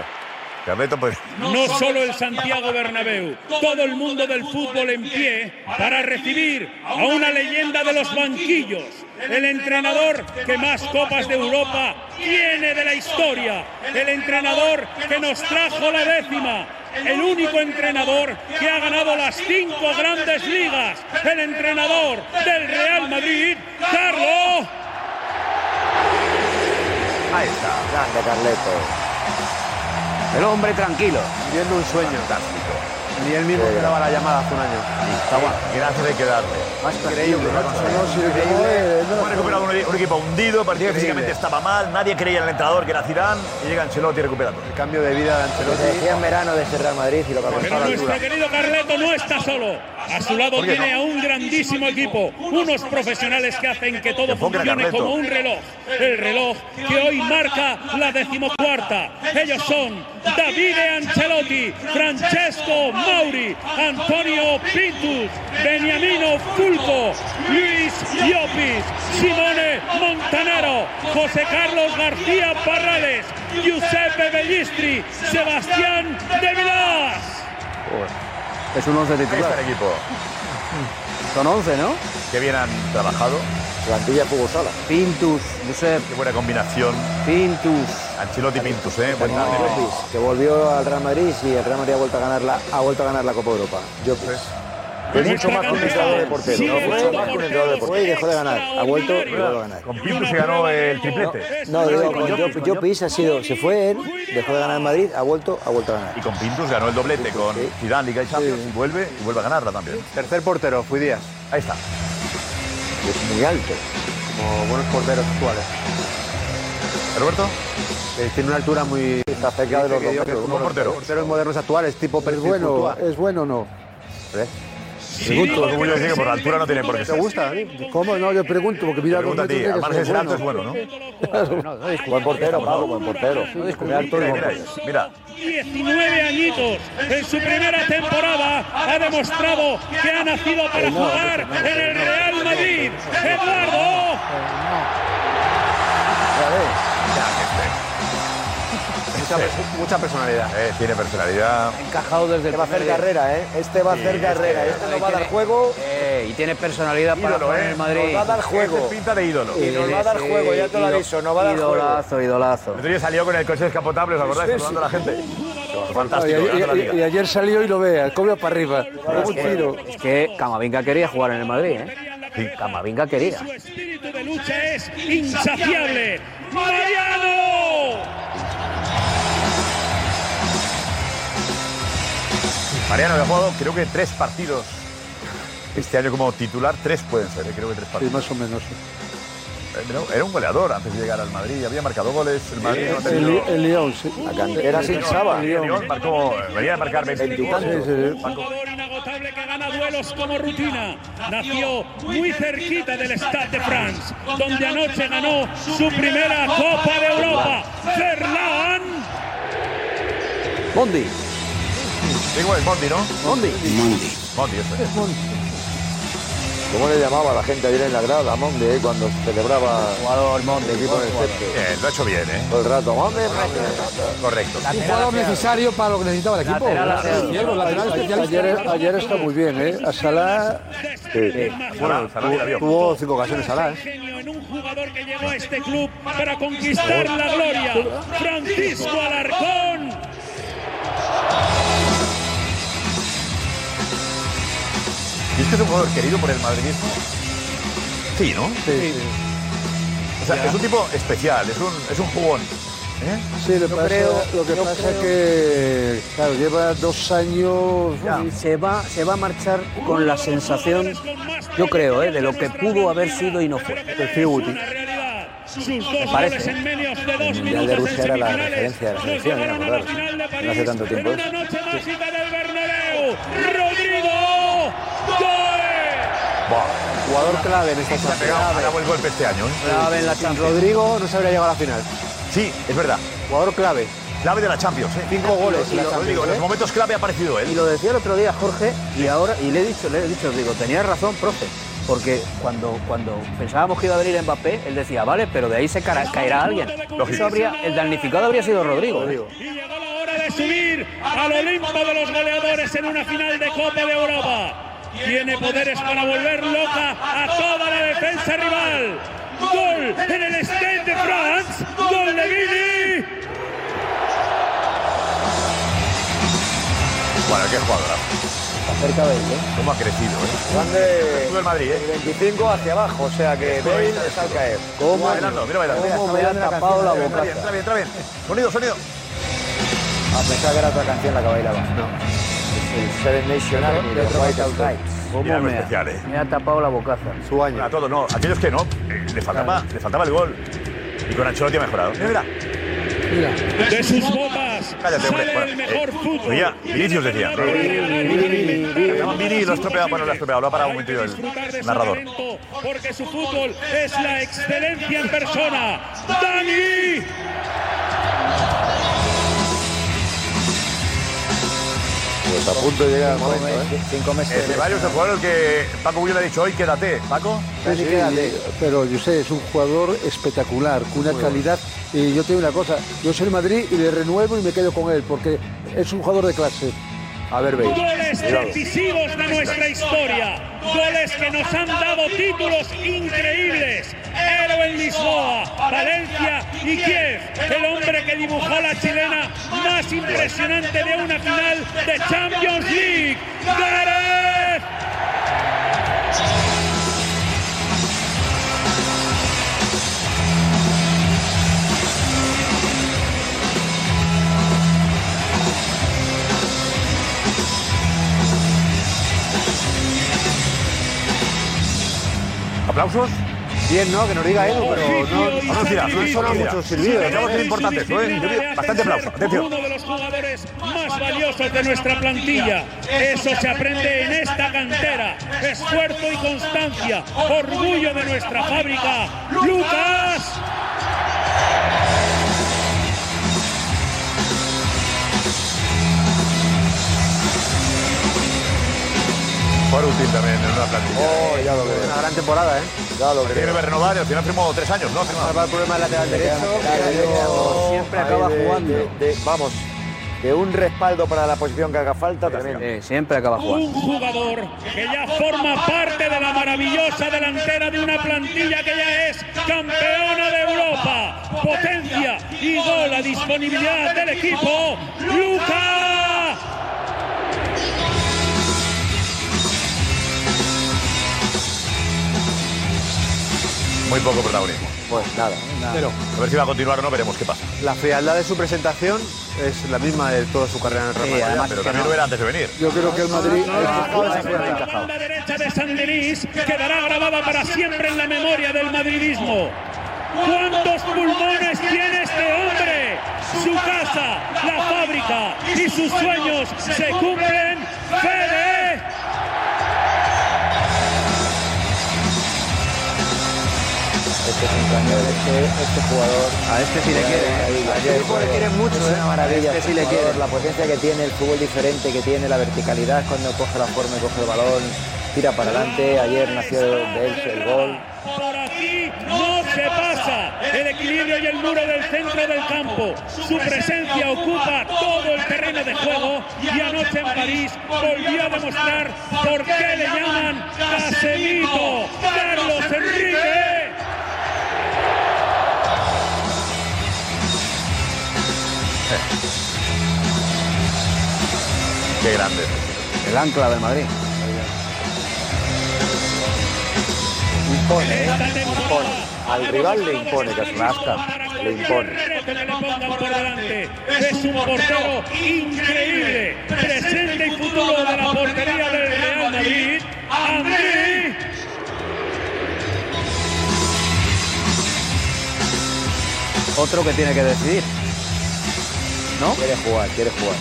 [SPEAKER 1] Carleto, pues...
[SPEAKER 12] No solo el Santiago Bernabéu, todo el mundo del fútbol en pie para recibir a una leyenda de los banquillos, el entrenador que más copas de Europa tiene de la historia, el entrenador que nos trajo la décima, el único entrenador que ha ganado las cinco grandes ligas, el entrenador del Real Madrid, Carlos.
[SPEAKER 7] Ahí está.
[SPEAKER 3] Grande, Carleto.
[SPEAKER 11] El hombre tranquilo.
[SPEAKER 7] Viendo un sueño.
[SPEAKER 1] Fantástico.
[SPEAKER 7] Ni él mismo que daba la llamada hace un año.
[SPEAKER 1] Está guay. Gracias de quedarme.
[SPEAKER 7] Increíble.
[SPEAKER 1] Hemos recuperado un, un equipo hundido, parecía que físicamente estaba mal, nadie creía en el entrenador que era Zidane y llega Ancelotti y recupera todo.
[SPEAKER 7] El cambio de vida de
[SPEAKER 3] Lo que decía en
[SPEAKER 7] Ancelotti.
[SPEAKER 3] verano de este Real Madrid y lo que
[SPEAKER 12] Pero
[SPEAKER 3] aportaba
[SPEAKER 12] nuestro
[SPEAKER 3] altura.
[SPEAKER 12] querido Carleto no está solo. A su lado
[SPEAKER 1] ¿Por qué
[SPEAKER 12] tiene
[SPEAKER 1] no?
[SPEAKER 12] a un grandísimo equipo, unos profesionales que hacen que todo
[SPEAKER 1] Enfoque a
[SPEAKER 12] funcione
[SPEAKER 1] Carleto.
[SPEAKER 12] como un reloj. El reloj que hoy marca la decimocuarta. Ellos son Davide Ancelotti, Francesco Mauri, Antonio Pintus, Beniamino Fulco, Luis Llopis, Simone Montanaro, José Carlos García Parrales, Giuseppe Bellistri, Sebastián de Vilás.
[SPEAKER 11] Es un 11
[SPEAKER 1] Ahí está
[SPEAKER 11] titular.
[SPEAKER 1] el equipo.
[SPEAKER 11] Son 11, ¿no?
[SPEAKER 1] Qué bien han trabajado,
[SPEAKER 3] Plantilla fútbol sala.
[SPEAKER 11] Pintus, Josep,
[SPEAKER 1] qué buena combinación.
[SPEAKER 11] Pintus.
[SPEAKER 1] Ancelotti Pintus, ¿eh? Buen
[SPEAKER 3] No,
[SPEAKER 1] tándem.
[SPEAKER 3] Llopis, que volvió al Real Madrid y el Real Madrid ha vuelto a ganar la, ha vuelto a ganar la Copa Europa. Llopis. Es mucho más que un entrenador de portero.
[SPEAKER 12] Sigue
[SPEAKER 3] ¿no? Mucho
[SPEAKER 12] dando
[SPEAKER 3] más que un entrenador de
[SPEAKER 12] porteros
[SPEAKER 3] portero. Y dejó de ganar. Ha vuelto y vuelve a ganar.
[SPEAKER 1] Con Pintus se ganó el triplete.
[SPEAKER 3] No, digo, con Llopis, Llopis ha sido, se fue él, dejó de ganar en Madrid, ha vuelto, ha vuelto a ganar.
[SPEAKER 1] Y con Pintus ganó el doblete con Zidane, Liga y Champions, y vuelve, y vuelve a ganarla también.
[SPEAKER 7] Tercer portero, fui Díaz.
[SPEAKER 1] Ahí está.
[SPEAKER 3] Y es muy alto.
[SPEAKER 7] Como buenos porteros actuales.
[SPEAKER 1] Roberto,
[SPEAKER 7] Eh, tiene una altura muy.
[SPEAKER 3] Está cerca de los
[SPEAKER 7] que
[SPEAKER 3] dos
[SPEAKER 7] yo que
[SPEAKER 3] metros.
[SPEAKER 7] como los
[SPEAKER 1] portero.
[SPEAKER 7] porteros modernos actuales, tipo
[SPEAKER 10] ¿Es
[SPEAKER 7] Perfil
[SPEAKER 10] bueno,
[SPEAKER 7] Courtois.
[SPEAKER 10] es bueno o no?
[SPEAKER 1] Pregunto, como yo decía, que por la altura no tiene por qué
[SPEAKER 7] ¿Te
[SPEAKER 1] ser.
[SPEAKER 7] gusta, Dani?
[SPEAKER 10] ¿Cómo? No, yo pregunto, porque mira...
[SPEAKER 1] Pregunta a ti,
[SPEAKER 10] los
[SPEAKER 1] además
[SPEAKER 10] metros tiene que
[SPEAKER 1] ese
[SPEAKER 10] ser
[SPEAKER 1] alto es
[SPEAKER 10] bueno.
[SPEAKER 1] bueno, ¿no?
[SPEAKER 9] No, no discuto.
[SPEAKER 3] Buen portero, Pablo, buen portero. Muy alto y
[SPEAKER 1] Mira,
[SPEAKER 3] buen
[SPEAKER 1] mira,
[SPEAKER 3] portero.
[SPEAKER 1] mira.
[SPEAKER 12] 19 añitos, en su primera temporada ha demostrado que ha nacido para jugar en el Real Madrid. Eduardo,
[SPEAKER 7] Mucha, pers- mucha personalidad.
[SPEAKER 1] Eh, tiene personalidad.
[SPEAKER 11] Encajado desde el
[SPEAKER 3] Este va a hacer
[SPEAKER 11] primer día.
[SPEAKER 3] carrera, ¿eh? Este va a hacer carrera. Este
[SPEAKER 11] Y
[SPEAKER 3] no va a dar
[SPEAKER 11] tiene-
[SPEAKER 3] juego.
[SPEAKER 11] Eh, y tiene personalidad para
[SPEAKER 1] Ídolo,
[SPEAKER 11] jugar
[SPEAKER 1] ¿eh?
[SPEAKER 11] en el Madrid.
[SPEAKER 3] Nos va a dar
[SPEAKER 1] Este
[SPEAKER 3] juego.
[SPEAKER 1] pinta de ídolo.
[SPEAKER 3] Y nos va a dar
[SPEAKER 11] Sí,
[SPEAKER 3] juego, ya te lo
[SPEAKER 11] ídolo-
[SPEAKER 3] aviso, nos va a dar juego.
[SPEAKER 11] Idolazo, idolazo.
[SPEAKER 1] El otro día salió con el coche descapotable, ¿os acordáis? Saludando a la gente.
[SPEAKER 10] Y,
[SPEAKER 1] Fantástico, ganando la
[SPEAKER 10] y- y- y
[SPEAKER 1] liga.
[SPEAKER 10] ayer salió y lo vea, cobra para arriba.
[SPEAKER 11] Es que, es que Camavinga quería jugar en el Madrid, ¿eh? Camavinga quería.
[SPEAKER 12] su espíritu de lucha es insaciable. Mariano.
[SPEAKER 1] Mariano que ha jugado creo que tres partidos. Este año como titular, tres pueden ser, ¿eh? creo que tres
[SPEAKER 10] Sí,
[SPEAKER 1] partidos.
[SPEAKER 10] más o menos.
[SPEAKER 1] Eh, pero Era un goleador antes de llegar al Madrid, había marcado goles, el Madrid no ha
[SPEAKER 10] El,
[SPEAKER 1] tenido...
[SPEAKER 10] el León, sí.
[SPEAKER 3] La cantera se hinchaba.
[SPEAKER 1] El León marcó, venía a marcar 20
[SPEAKER 3] Veintitantos.
[SPEAKER 12] jugador inagotable que gana duelos como rutina. Nació muy cerquita del Stade de France, donde anoche ganó su primera Copa de Europa. Fernán.
[SPEAKER 11] Bondi,
[SPEAKER 1] Digo, es Mondi, ¿no?
[SPEAKER 11] Bondi.
[SPEAKER 1] Mondi, eso es.
[SPEAKER 3] ¿Cómo le llamaba la gente ayer en la grada? Monde, ¿eh? cuando celebraba
[SPEAKER 9] jugador, Monde,
[SPEAKER 3] el equipo en el
[SPEAKER 1] jugador.
[SPEAKER 3] césped.
[SPEAKER 1] Bien, lo ha hecho bien, ¿eh?
[SPEAKER 3] Todo el rato, Monde,
[SPEAKER 1] Correcto.
[SPEAKER 4] Un jugador necesario para lo que necesitaba el equipo.
[SPEAKER 10] Lateral hacia-
[SPEAKER 4] Sí, algo, lateral especialista.
[SPEAKER 10] Ayer, ayer está muy bien, ¿eh? A Salah.
[SPEAKER 7] Bueno, tuvo, tuvo cinco ocasiones Salah, ¿eh?
[SPEAKER 12] que llegó a este club para conquistar la gloria. Francisco Alarcón.
[SPEAKER 1] ¿Y este es un jugador querido por el madridismo? Sí, ¿no?
[SPEAKER 10] Sí,
[SPEAKER 1] O sea, es un tipo especial, es un, es un jugón.
[SPEAKER 10] Sí, lo,
[SPEAKER 1] Yo
[SPEAKER 10] pasa-
[SPEAKER 1] creo-
[SPEAKER 10] lo que
[SPEAKER 1] yo
[SPEAKER 10] pasa
[SPEAKER 1] creo-
[SPEAKER 10] es
[SPEAKER 11] Eh,
[SPEAKER 10] que, claro, lleva dos años.
[SPEAKER 11] mm, Se va, se va a marchar con la sensación, yo creo, ¿eh? de lo que pudo haber sido y no fue.
[SPEAKER 12] Sus
[SPEAKER 11] Me
[SPEAKER 12] dos
[SPEAKER 11] parece.
[SPEAKER 12] goles en menos de dos
[SPEAKER 8] El Mundial de
[SPEAKER 12] minutos
[SPEAKER 8] Rusia
[SPEAKER 12] en
[SPEAKER 8] era la
[SPEAKER 12] semifinales.
[SPEAKER 8] referencia de la selección, era acordar. No hace tanto tiempo.
[SPEAKER 12] Una noche mágica del Bernabéu. Rodrigo. ¡Gol!
[SPEAKER 7] Jugador clave en esta
[SPEAKER 1] Se ha pegado, ha dado el golpe este año. ¿eh?
[SPEAKER 7] Clave en la Champions. Rodrigo no se habría llegado a la final.
[SPEAKER 1] Sí, es verdad.
[SPEAKER 7] Jugador clave.
[SPEAKER 1] Clave de la Champions, ¿eh?
[SPEAKER 7] Cinco goles en la
[SPEAKER 1] Lo
[SPEAKER 7] Champions,
[SPEAKER 1] digo, en
[SPEAKER 7] ¿eh?
[SPEAKER 1] los momentos clave ha aparecido él.
[SPEAKER 11] Y lo decía el otro día Jorge, y ahora, y le he dicho, le he dicho, digo, tenías razón, profe. Porque cuando, cuando pensábamos que iba a venir Mbappé, él decía, vale, pero de ahí se cara- caerá alguien. Eso habría, el damnificado habría sido Rodrigo. ¿eh?
[SPEAKER 12] Hora de subir al Olimpo de los goleadores en una final de Copa de Europa. Tiene poderes para volver loca a toda la defensa rival. Gol en el Stade de France. Gol de Vini.
[SPEAKER 1] Bueno, qué jugador.
[SPEAKER 3] cerca de él, ¿eh?
[SPEAKER 1] ¿Cómo ha crecido, eh?
[SPEAKER 3] Van de
[SPEAKER 1] Sube el Madrid, eh.
[SPEAKER 3] 25 hacia abajo, o sea que de ahí está al caer.
[SPEAKER 1] Mira bailando, mira bailando.
[SPEAKER 3] ¿Cómo me han tapado la boca?
[SPEAKER 1] Entra bien, entra bien, entra bien. Sonido, sonido.
[SPEAKER 3] A pesar que era otra canción la que bailaba. No. Seven Nation Army, de White Outside.
[SPEAKER 1] Mira, algo
[SPEAKER 11] me ha-
[SPEAKER 1] especial, eh.
[SPEAKER 11] Me ha tapado la bocaza.
[SPEAKER 7] Su año.
[SPEAKER 1] Bueno, a todos, no. Aquellos que no, eh, le, faltaba, le faltaba el gol. Y con Ancelotti ha mejorado. Mira, mira.
[SPEAKER 12] De sus botas
[SPEAKER 1] Cállate, hombre.
[SPEAKER 12] sale
[SPEAKER 1] Bueno,
[SPEAKER 12] el mejor
[SPEAKER 1] eh,
[SPEAKER 12] fútbol.
[SPEAKER 1] oía, Vinicius decía. Estaban Vini y lo ha estropeado. Bueno, lo ha estropeado. Lo ha parado un momentillo el narrador.
[SPEAKER 12] Porque su fútbol es la excelencia en persona. Dani.
[SPEAKER 3] Pues a punto de llegar el momento, ¿eh?
[SPEAKER 8] Cinco meses.
[SPEAKER 1] Este Barrios, el jugador al que Paco Bullo le ha dicho hoy, quédate. Paco,
[SPEAKER 10] Sí, sí, pero yo sé, es un jugador espectacular, con una calidad. Y yo te digo una cosa, yo soy el Madrid y le renuevo y me quedo con él, porque es un jugador de clase.
[SPEAKER 7] A ver, veis.
[SPEAKER 12] Goles decisivos de nuestra historia. Goles que nos han dado títulos increíbles. Héroe en Lisboa, Valencia y Kiev. El hombre que dibujó la chilena más impresionante de una final de Champions League. Gareth.
[SPEAKER 1] aplausos.
[SPEAKER 7] Bien, ¿no? Que nos diga Edu, pero no,
[SPEAKER 1] Vamos, mira,
[SPEAKER 7] no
[SPEAKER 1] mira,
[SPEAKER 7] suena
[SPEAKER 1] mira.
[SPEAKER 7] mucho silbido.
[SPEAKER 1] Acabo de ser importante esto, ¿eh? Yo digo, Bastante aplauso. Atención.
[SPEAKER 12] Uno de los jugadores más valiosos de nuestra plantilla. Eso se aprende en esta cantera. Esfuerzo y constancia. Orgullo de nuestra fábrica. Lucas.
[SPEAKER 1] Por útil también en una plantilla.
[SPEAKER 3] Oh, ya lo
[SPEAKER 7] Una
[SPEAKER 3] creo,
[SPEAKER 7] gran temporada, ¿eh?
[SPEAKER 3] ya lo
[SPEAKER 1] Tiene
[SPEAKER 3] creo.
[SPEAKER 1] que renovar y al final firmó tres años, ¿no? Ha firmado.
[SPEAKER 7] Salvar el problema del lateral derecho.
[SPEAKER 11] Siempre acaba
[SPEAKER 3] Ahí de-
[SPEAKER 11] jugando.
[SPEAKER 3] de- de- vamos, de un respaldo para la posición que haga falta, tremendo.
[SPEAKER 11] Eh, siempre acaba jugando.
[SPEAKER 12] Un jugador que ya forma parte de la maravillosa delantera de una plantilla que ya es campeona de Europa. Potencia y gol a disponibilidad del equipo. Lucas.
[SPEAKER 1] Muy poco protagonismo.
[SPEAKER 3] Pues nada.
[SPEAKER 1] A ver si va a continuar o no, veremos qué pasa.
[SPEAKER 7] La frialdad de su presentación es la misma de toda su carrera en el Real
[SPEAKER 11] Sí,
[SPEAKER 7] Madrid.
[SPEAKER 11] además
[SPEAKER 1] Pero
[SPEAKER 11] es que
[SPEAKER 1] también
[SPEAKER 11] no.
[SPEAKER 1] lo era antes de venir.
[SPEAKER 10] Yo creo que el Madrid.
[SPEAKER 12] La banda derecha de San Denis quedará grabada para siempre en la memoria del madridismo. ¿Cuántos pulmones tiene este hombre? Su casa, la fábrica y sus sueños se cumplen. ¡Fede!
[SPEAKER 8] Este es un cañón, este, este jugador.
[SPEAKER 11] A este sí le quiere, ¿eh?
[SPEAKER 8] Ahí,
[SPEAKER 7] este jugador le quiere mucho,
[SPEAKER 8] Es
[SPEAKER 7] ¿eh?
[SPEAKER 8] una maravilla.
[SPEAKER 7] A este sí
[SPEAKER 8] este
[SPEAKER 7] le quiere.
[SPEAKER 8] jugador, La potencia que tiene, el fútbol diferente que tiene, la verticalidad cuando coge la forma y coge el balón. tira para adelante. Ayer nació de él el gol.
[SPEAKER 12] Por aquí no se pasa. El equilibrio y el muro del centro del campo. Su presencia ocupa todo el terreno de juego. Y anoche en París volvió a demostrar por qué le llaman Casemiro. Carlos Enrique.
[SPEAKER 1] Qué grande.
[SPEAKER 11] El ancla del Madrid.
[SPEAKER 3] Impone, ¿eh? impone. Al rival le impone, Casnasca. Le impone.
[SPEAKER 12] que le pongan por delante. Es un portero increíble, presente y futuro de la portería del Real Madrid. André
[SPEAKER 11] Otro que tiene que decidir. ¿No?
[SPEAKER 8] Quiere jugar, quiere jugar.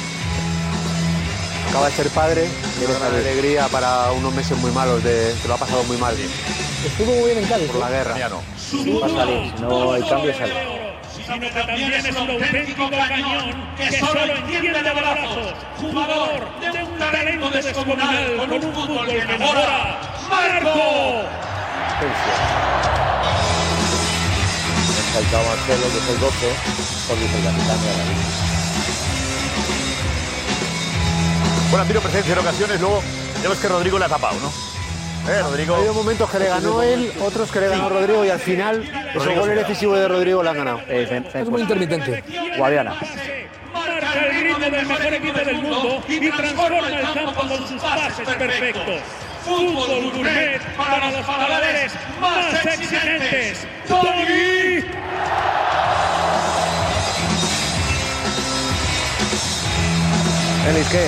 [SPEAKER 7] Acaba de ser padre, tiene una alegría para unos meses muy malos, de, que lo ha pasado muy mal.
[SPEAKER 4] Estuvo muy bien en Cádiz. ¿eh?
[SPEAKER 7] Por la guerra.
[SPEAKER 8] Va a salir, si no hay cambio, sale.
[SPEAKER 12] sino que también es un auténtico cañón que solo entiende de brazos. Jugador de un talento descomunal con un fútbol que enamora. ¡Marco!
[SPEAKER 3] Me faltaba Marcelo, que es el 12, porque es el capitán de la liga.
[SPEAKER 1] Bueno, ha tenido presencia en ocasiones, luego ya ves que Rodrigo le ha tapado, ¿no? Eh, Rodrigo.
[SPEAKER 7] Ha habido momentos que le ganó él, otros que le ganó Rodrigo y al final esos
[SPEAKER 1] Rodrigo se
[SPEAKER 7] goles
[SPEAKER 1] queda.
[SPEAKER 7] decisivos de Rodrigo le han ganado.
[SPEAKER 11] Es muy
[SPEAKER 4] intermitente.
[SPEAKER 11] Guadiana.
[SPEAKER 12] Marca el ritmo del mejor equipo del mundo y transforma el campo con sus pases perfectos. Fútbol gourmet para los paladores más exigentes. Tony.
[SPEAKER 8] Félix, ¿qué?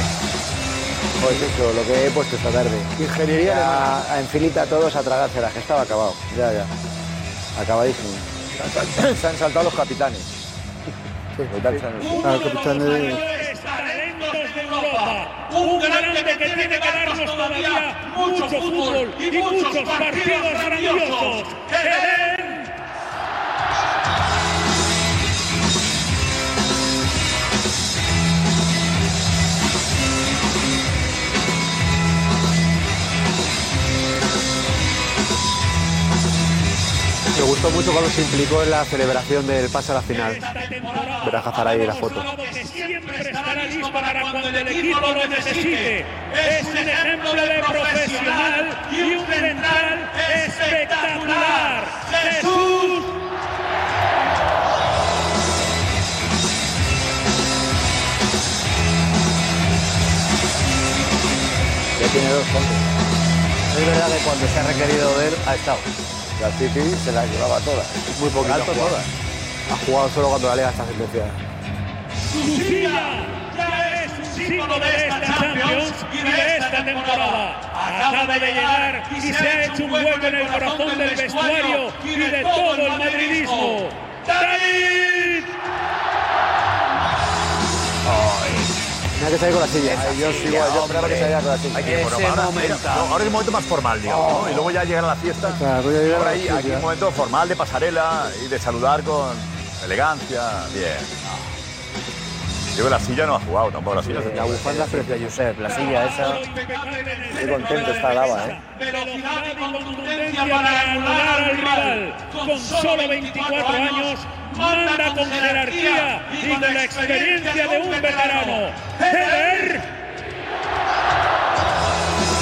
[SPEAKER 8] Pues eso, lo que he puesto esta tarde. Ingeniería a, a enfilita a todos a tragársela, que estaba acabado. Ya, ya. Acabadísimo. Se han sal- Se han saltado los capitanes. Los capitanes.
[SPEAKER 12] Ah,
[SPEAKER 10] Al capitán de...
[SPEAKER 12] talentos de Europa. Un grande que tiene que darnos todavía mucho fútbol y muchos partidos grandiosos. ¡Belén!
[SPEAKER 7] Me gustó mucho cuando se implicó en la celebración del pase a la final. Verás Hazard ahí en la foto.
[SPEAKER 12] que siempre estará listo para cuando el equipo lo necesite. Es un ejemplo de profesional y un central espectacular. Jesús
[SPEAKER 8] Ya tiene dos puntos.
[SPEAKER 11] Es verdad que cuando se ha requerido de él ha estado.
[SPEAKER 8] La City se las llevaba todas.
[SPEAKER 7] Muy poquito.
[SPEAKER 8] Alto
[SPEAKER 7] ha jugado.
[SPEAKER 8] todas.
[SPEAKER 7] Ha jugado solo cuando la liga está sentenciada.
[SPEAKER 12] Lucía ya es un símbolo de esta Champions y de esta temporada. Acaba de llegar y se ha hecho un hueco en el corazón del vestuario y de todo el madridismo. ¡David!
[SPEAKER 7] Mira que salir con la silla.
[SPEAKER 3] Ay, yo sigo, yo esperaba que saliera con la silla.
[SPEAKER 1] Hay que ir, bueno, ahora, mira, no, ahora es el momento más formal, digamos,
[SPEAKER 11] Oh.
[SPEAKER 1] ¿no? Y luego ya llegar a la fiesta.
[SPEAKER 10] Claro, ya llegar a
[SPEAKER 1] Ahora
[SPEAKER 10] la
[SPEAKER 1] ahí,
[SPEAKER 10] fiesta.
[SPEAKER 1] aquí un momento formal de pasarela y de saludar con elegancia. Bien. Yo creo que la silla no ha jugado tampoco, la silla se
[SPEAKER 11] La bufanda frente a Josep, la silla esa.
[SPEAKER 8] Qué contento está Lava, ¿eh?
[SPEAKER 12] Velocidad y contundencia para anular al rival. Con solo 24 años, manda con jerarquía y con la experiencia de un veterano. ¡Eder!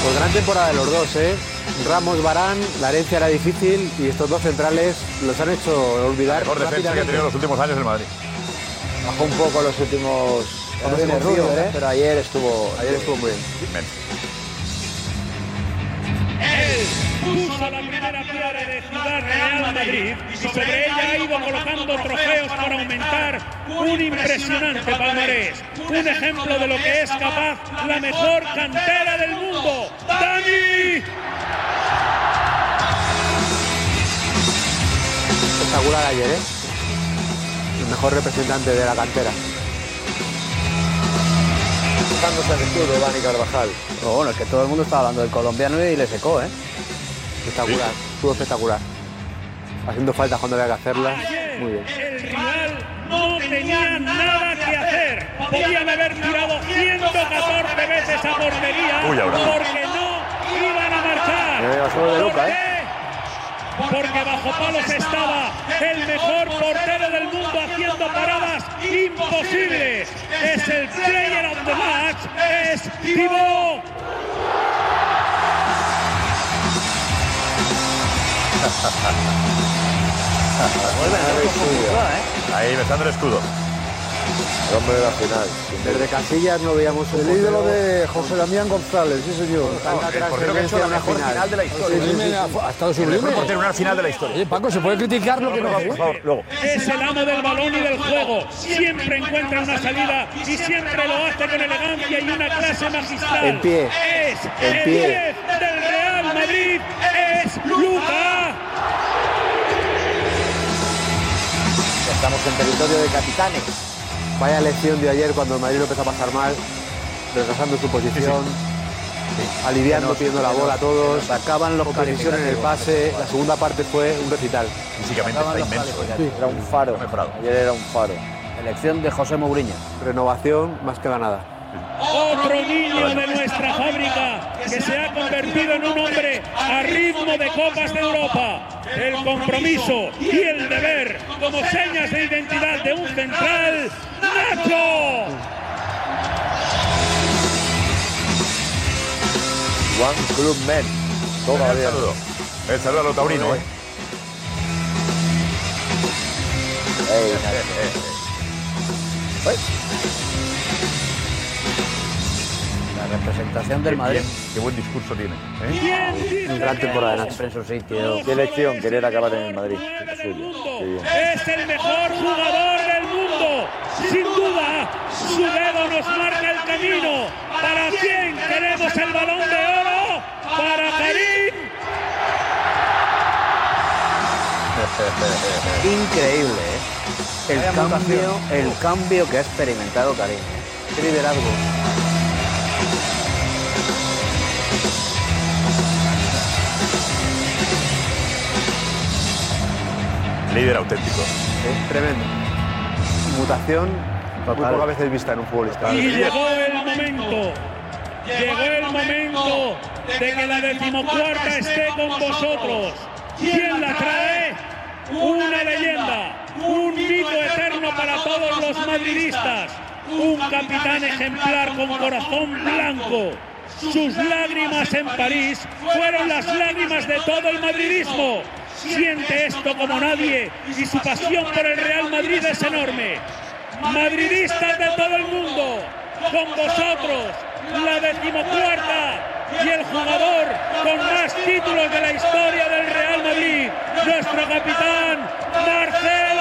[SPEAKER 7] Pues gran temporada de los dos, ¿eh? Ramos, Barán, la herencia era difícil y estos dos centrales los han hecho olvidar
[SPEAKER 1] Mejor defensa que ha
[SPEAKER 7] rápidamente.
[SPEAKER 1] tenido en los últimos años el Madrid.
[SPEAKER 8] Bajó un poco los últimos.
[SPEAKER 7] Hombre,
[SPEAKER 8] los últimos
[SPEAKER 7] estuvo
[SPEAKER 8] días,
[SPEAKER 7] bien, ¿eh?
[SPEAKER 8] Pero ayer estuvo.
[SPEAKER 7] Ayer estuvo muy bien.
[SPEAKER 1] Inmenso.
[SPEAKER 12] Él puso la primera piedra de Ciudad Real Madrid y sobre ella ha ido colocando trofeos para aumentar un impresionante palmarés. Un ejemplo de lo que es capaz la mejor cantera del mundo. ¡Dani!
[SPEAKER 7] Espectacular ayer, ¿eh? El mejor representante de la cantera.
[SPEAKER 8] Bajándose al escudo, Dani Carvajal.
[SPEAKER 11] Pero bueno, es que todo el mundo estaba hablando del colombiano y le secó, ¿eh?
[SPEAKER 7] Espectacular. Estuvo espectacular. Haciendo falta cuando había que hacerlas. Muy bien.
[SPEAKER 12] El rival no tenía nada que hacer. Podían haber tirado 114 veces a portería
[SPEAKER 1] Uy, ahora.
[SPEAKER 12] porque no iban a ¿Por
[SPEAKER 8] ¿eh?
[SPEAKER 12] qué? Porque bajo palos estaba el mejor portero del mundo haciendo paradas imposibles. Es el player of the match, es Thibaut.
[SPEAKER 11] ¿eh?
[SPEAKER 1] Ahí, besando el escudo.
[SPEAKER 3] El hombre de la final.
[SPEAKER 7] Desde Casillas no veíamos
[SPEAKER 10] El ídolo de José Damián González, sí señor.
[SPEAKER 1] El portero Ah, que ha hecho la mejor final de la historia.
[SPEAKER 10] Sí, sí, sí.
[SPEAKER 4] Ha estado
[SPEAKER 1] El
[SPEAKER 4] sublime.
[SPEAKER 1] mejor portero, una final de la historia.
[SPEAKER 4] Oye, Paco, ¿se puede criticar lo que no va
[SPEAKER 1] Por favor, luego.
[SPEAKER 12] Es el amo del balón y del juego. Siempre encuentra una salida y siempre lo hace con elegancia y una clase magistral.
[SPEAKER 8] En pie.
[SPEAKER 12] Es
[SPEAKER 8] En
[SPEAKER 12] el
[SPEAKER 8] pie.
[SPEAKER 12] 10 del Real Madrid. Es Luca.
[SPEAKER 8] Estamos en territorio de capitanes.
[SPEAKER 7] Vaya lección de ayer cuando el Madrid lo empezó a pasar mal, retrasando su posición, aliviando,
[SPEAKER 8] Menos,
[SPEAKER 7] pidiendo la bola a todos, sacaban los
[SPEAKER 8] calificativos.
[SPEAKER 7] calisión en el pase, la segunda parte fue un recital.
[SPEAKER 1] Físicamente está inmenso. ¿eh?
[SPEAKER 8] Era un faro. Ayer era un faro.
[SPEAKER 11] Elección de José Mourinho.
[SPEAKER 7] Renovación más que ganada.
[SPEAKER 12] Otro niño de nuestra fábrica que se ha convertido en un hombre a ritmo de Copas de Europa. El compromiso y el deber como señas de identidad de un central, Nacho.
[SPEAKER 3] One Club Men. Toma,
[SPEAKER 1] El saludo. El saludo a los taurinos, ¿eh?
[SPEAKER 8] Ey,
[SPEAKER 1] Eh, eh, eh. Pues.
[SPEAKER 11] La representación del Madrid.
[SPEAKER 1] Qué buen discurso tiene. ¿eh?
[SPEAKER 8] un gran temporada de Nacho.
[SPEAKER 11] Siempre en su sitio.
[SPEAKER 8] Qué elección querer acabar en el Madrid. Qué bien.
[SPEAKER 12] Es el mejor jugador del mundo. Sin duda, su dedo nos marca el camino. ¿Para quién queremos el balón de oro? Para Karim.
[SPEAKER 11] Increíble, ¿eh? El cambio, el cambio que ha experimentado Karim. Qué liderazgo.
[SPEAKER 1] Líder auténtico.
[SPEAKER 7] Es tremendo. Mutación muy pocas veces vista en un futbolista.
[SPEAKER 12] Y llegó el momento. Llegó el momento de que la decimocuarta esté con vosotros. ¿Quién la trae? Una leyenda, un mito eterno para todos los madridistas, un capitán ejemplar con corazón blanco. Sus lágrimas en París fueron las lágrimas de todo el madridismo. Siente esto como nadie y su pasión por el Real Madrid es enorme. Madridistas de todo el mundo, con vosotros, la decimocuarta y el jugador con más títulos de la historia del Real Madrid, nuestro capitán Marcelo.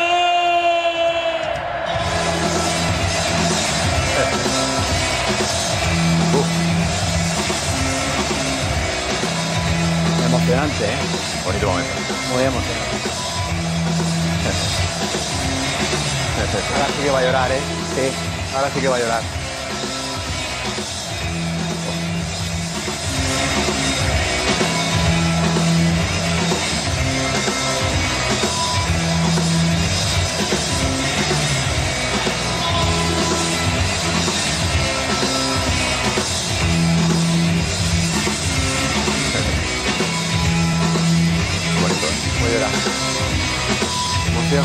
[SPEAKER 11] Emocionante, ¿eh?
[SPEAKER 1] Bonito momento.
[SPEAKER 11] Muy emocionante.
[SPEAKER 7] Ahora sí que va a llorar, ¿eh? Sí. Ahora sí que va a llorar.
[SPEAKER 1] Bonito.
[SPEAKER 7] Muy ¿eh? llorar. Emoción.